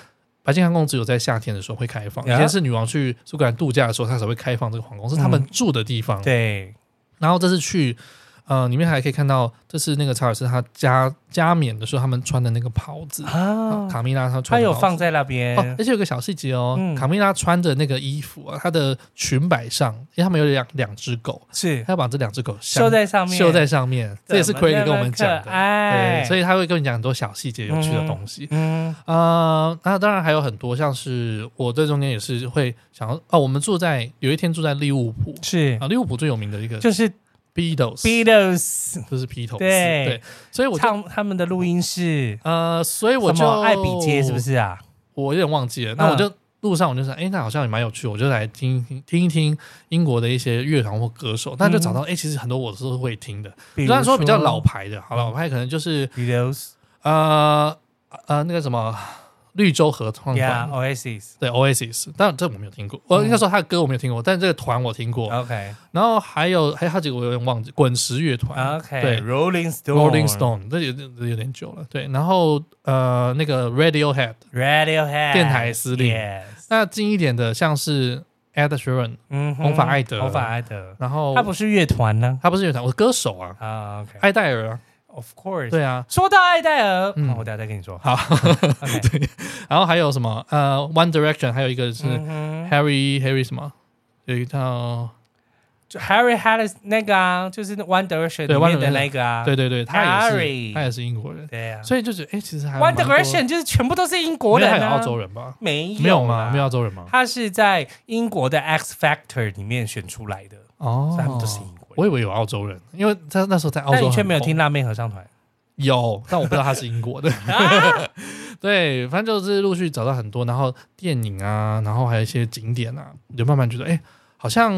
白金汉宫只有在夏天的时候会开放，以呀前是女王去苏格兰度假的时候，她才会开放这个皇宫，是他们嗯住的地方。对，然后这次去，呃，里面还可以看到，这次那个查尔斯他加加冕的时候，他们穿的那个袍子，呃啊，卡米拉她他穿的有袍子放在那哦，边而且有个小细节哦，嗯卡米拉穿着那个衣服啊，她的裙摆上，因为他们有两两只狗，是她要把这两只狗镶绣在上面，绣在上面，这也是 c r a i 跟我们讲的。哎，对，所以以他会跟你讲很多小细节、有趣的东西。嗯，呃，那当然还有很多，像是我在中间也是会想要哦，我们住在有一天住在利物浦是啊，利物浦最有名的一个就是 Beatles， Beatles 就是披头士。对对，所以我就唱他们的录音室，呃，所以我什就么爱比街是不？嗯是啊？我有点忘记了。那我就路上我就想，哎，那好像也蛮有趣，我就来听听听一听英国的一些乐团或歌手，那就找到哎，其实很多我都是会听的。嗯比虽然说比较老牌的，好嗯老牌可能就是。 Beatles 呃呃，那个什么绿洲合唱团 yeah 嗯 Oasis 对 Oasis，但这我没有听过，我、应该说他的歌我没有听过，但这个团我听过。 OK 然后还有还有好几个我有点忘记，滚石乐团 OK 对啊 Rolling Stone Rolling Stone，这有点有点久了。对，然后呃那个 Radiohead， Radiohead 电台司令 yes 那近一点的像是 Ed Sheeran，嗯哼，红发艾德哦红发艾德，然后他不是乐团呢他不是乐团，我是歌手啊，啊，OK，艾戴尔啊， Of course。对啊，说到艾戴尔，嗯好我等下再跟你说。好， OK， 然后还有什么呃 One Direction，还有一个是嗯哼 Harry Harry 什么，有一套，就 Harry Harris 那个啊，就是 One 对 Direction 里 One 面的那个啊，对对对，他也是 Harry 他也是英国人，对啊。所以就是哎，其实还 One 蛮多 Direction 就是全部都是英国没有人还有啊，澳洲人吧？没没有啦吗？没有澳洲人吗？他是在英国的 X Factor 里面选出来的，哦所以，他们都是英国我人。以为有澳洲人，因为他那时候在澳但洲，你却没有听，辣妹合唱团，有，但我不知道他是英国 的。 对，反正就是陆续找到很多，然后电影啊，然后还有一些景点啊，你就慢慢觉得，哎、好像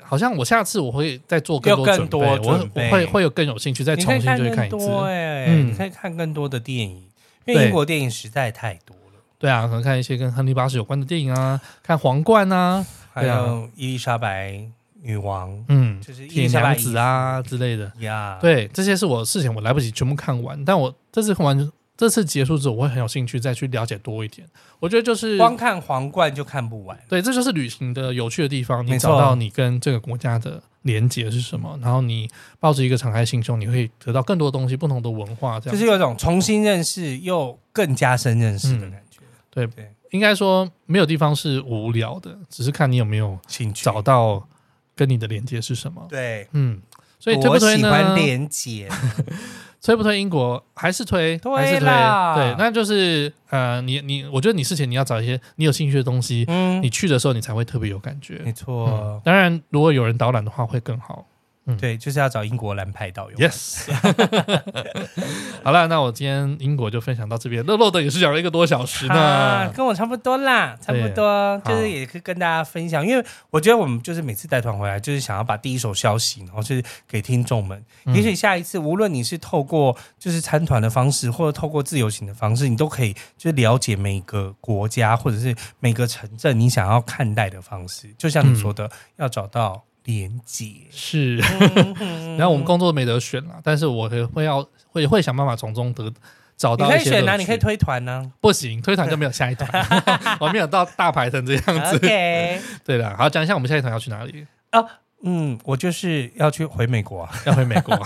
好像我下次我会再做更多有准更备，多我准我备会会有更有兴趣，再你重可以新就去看更一次。多哎，嗯你可以看更多的电影，因为对英国电影实在太多了。对啊，可能看一些跟亨利八世有关的电影啊，看皇冠啊，还对啊有伊丽莎白女王，嗯，就是伊铁丽莎白娘子啊之类的。呀，，对，这些是我事情我来不及全部看完，但我这次看完，这次结束之后，我会很有兴趣再去了解多一点。我觉得就是光看皇冠就看不完。对，这就是旅行的有趣的地方。你没找错到你跟这个国家的连结是什么，然后你抱着一个敞开心胸，你会得到更多东西，不同的文化。这就样、是有一种重新认识又更加深认识嗯的感觉。应该说没有地方是无聊的，只是看你有没有兴趣找到跟你的连接是什么。对，嗯，所以推我不推喜呢欢？连结，推不推英国？还是推？推还是推？啦对，那就是呃，你你，我觉得你事前你要找一些你有兴趣的东西，嗯，你去的时候你才会特别有感觉没。嗯错，当然，如果有人导览的话会更好。对，就是要找英国蓝牌导游。 Yes，好了，那我今天英国就分享到这边，乐乐的也是讲了一个多小时啊，呢。跟我差不多啦，差不多，对就是也可以跟大家分享，因为我觉得我们就是每次带团回来，就是想要把第一手消息，然后就是给听众们。嗯也许下一次，无论你是透过就是参团的方式，或者透过自由行的方式，你都可以就是了解每个国家或者是每个城镇你想要看待的方式。就像你说的，要找到连接。是，嗯然后我们工作没得选啦，但是我会会要会会想办法从中得找你到可一以些选乐啊，趣你可以推 团呢、不行，推团就没有下一 团，我还没有到大排成这样子。啊 OK，对了，好，讲一下我们下一团要去哪里？嗯，我就是要去回美国啊、要回美 国，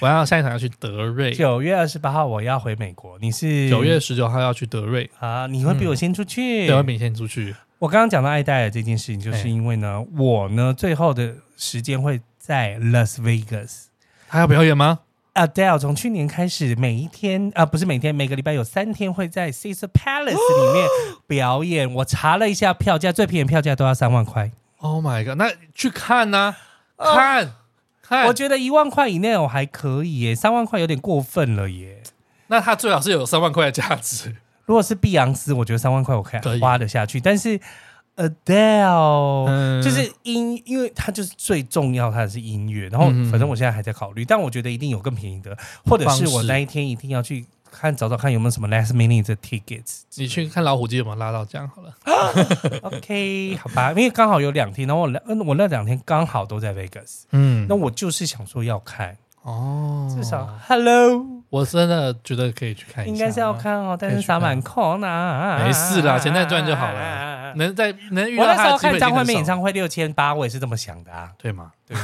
我要下一团要去德瑞，九月二十八号我要回美国，你是九月十九号要去德瑞，啊？你会比我先出嗯去？对，我明天出去。我刚刚讲到艾戴尔这件事情，就哎是因为呢，我呢最后的时间会在 Las Vegas。还要表演吗？ Adele 从去年开始，每一天啊、不是每天，每个礼拜有三天会在 Caesar Palace 里面表演。我查了一下票价，最便宜的票价都要三万块。 Oh my god！那去看呐、哦看、看，我觉得一万块以内我还可以耶，三万块有点过分了耶。那它最好是有三万块的价值。如果是碧昂斯，我觉得三万块我可可以以花得下去，但是 Adele。嗯，就是音，因为它就是最重要，它是音乐。然后嗯嗯嗯反正我现在还在考虑，但我觉得一定有更便宜的，或者是方式我那一天一定要去看，找找看有没有什么 last minute 的 tickets。你去看老虎机有没有拉到这样好了。 OK，好吧，因为刚好有两天，然后我那嗯我那两天刚好都在 Vegas，、嗯那我就是想说要看，哦，至少、Hello 我真的觉得可以去看一下，应该是要。看哦，但可以是去看洒满空呢，没事啦钱再赚就好了能在能遇我到那时他候的机会看已经张惠很妹少演唱会六千八，我也是这么想的啊。对吗？ 对，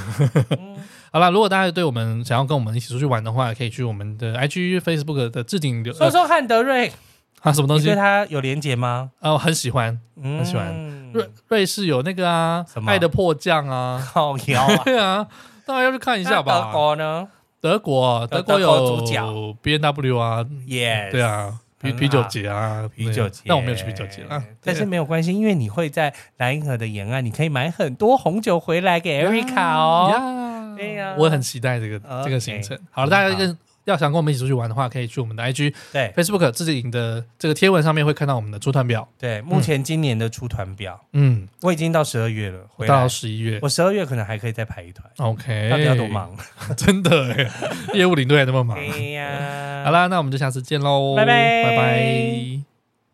嗯好啦，如果大家对我们想要跟我们一起出去玩的话，可以去我们的 IG、Facebook 的置顶留呃说说看，德瑞，啊，什么东你西对？他有连结吗？呃，我很喜欢嗯很喜欢瑞瑞士有那个啊，什么爱的迫降啊，，靠腰啊 对啊，当然要去看一一下吧。德国呢德国，啊德德国德国主有角 B N W 啊，嗯？Yes，对，啊，啤很好啤酒节啊，啤酒节。那我没有去啤酒节啊，但是对没有关系，因为你会在莱茵河的沿岸，你可以买很多红酒回来给 Erica 哦。呀对呀我很期待这个 OK 这个行程。好了，大家跟要想跟我们一起出去玩的话，可以去我们的 IG、对 Facebook 自己的这个贴文上面会看到我们的出团表。对，目前今年的出团表，嗯，我已经到十二月了，回到来十一月哎我十二月可能还可以再排一团， ，OK，到底要多？忙？ 哎真的耶，业务领队还那么忙。对呀，好啦，那我们就下次见喽，拜拜拜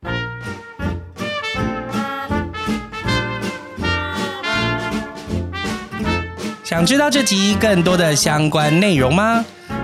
拜。想知道这集更多的相关内容吗？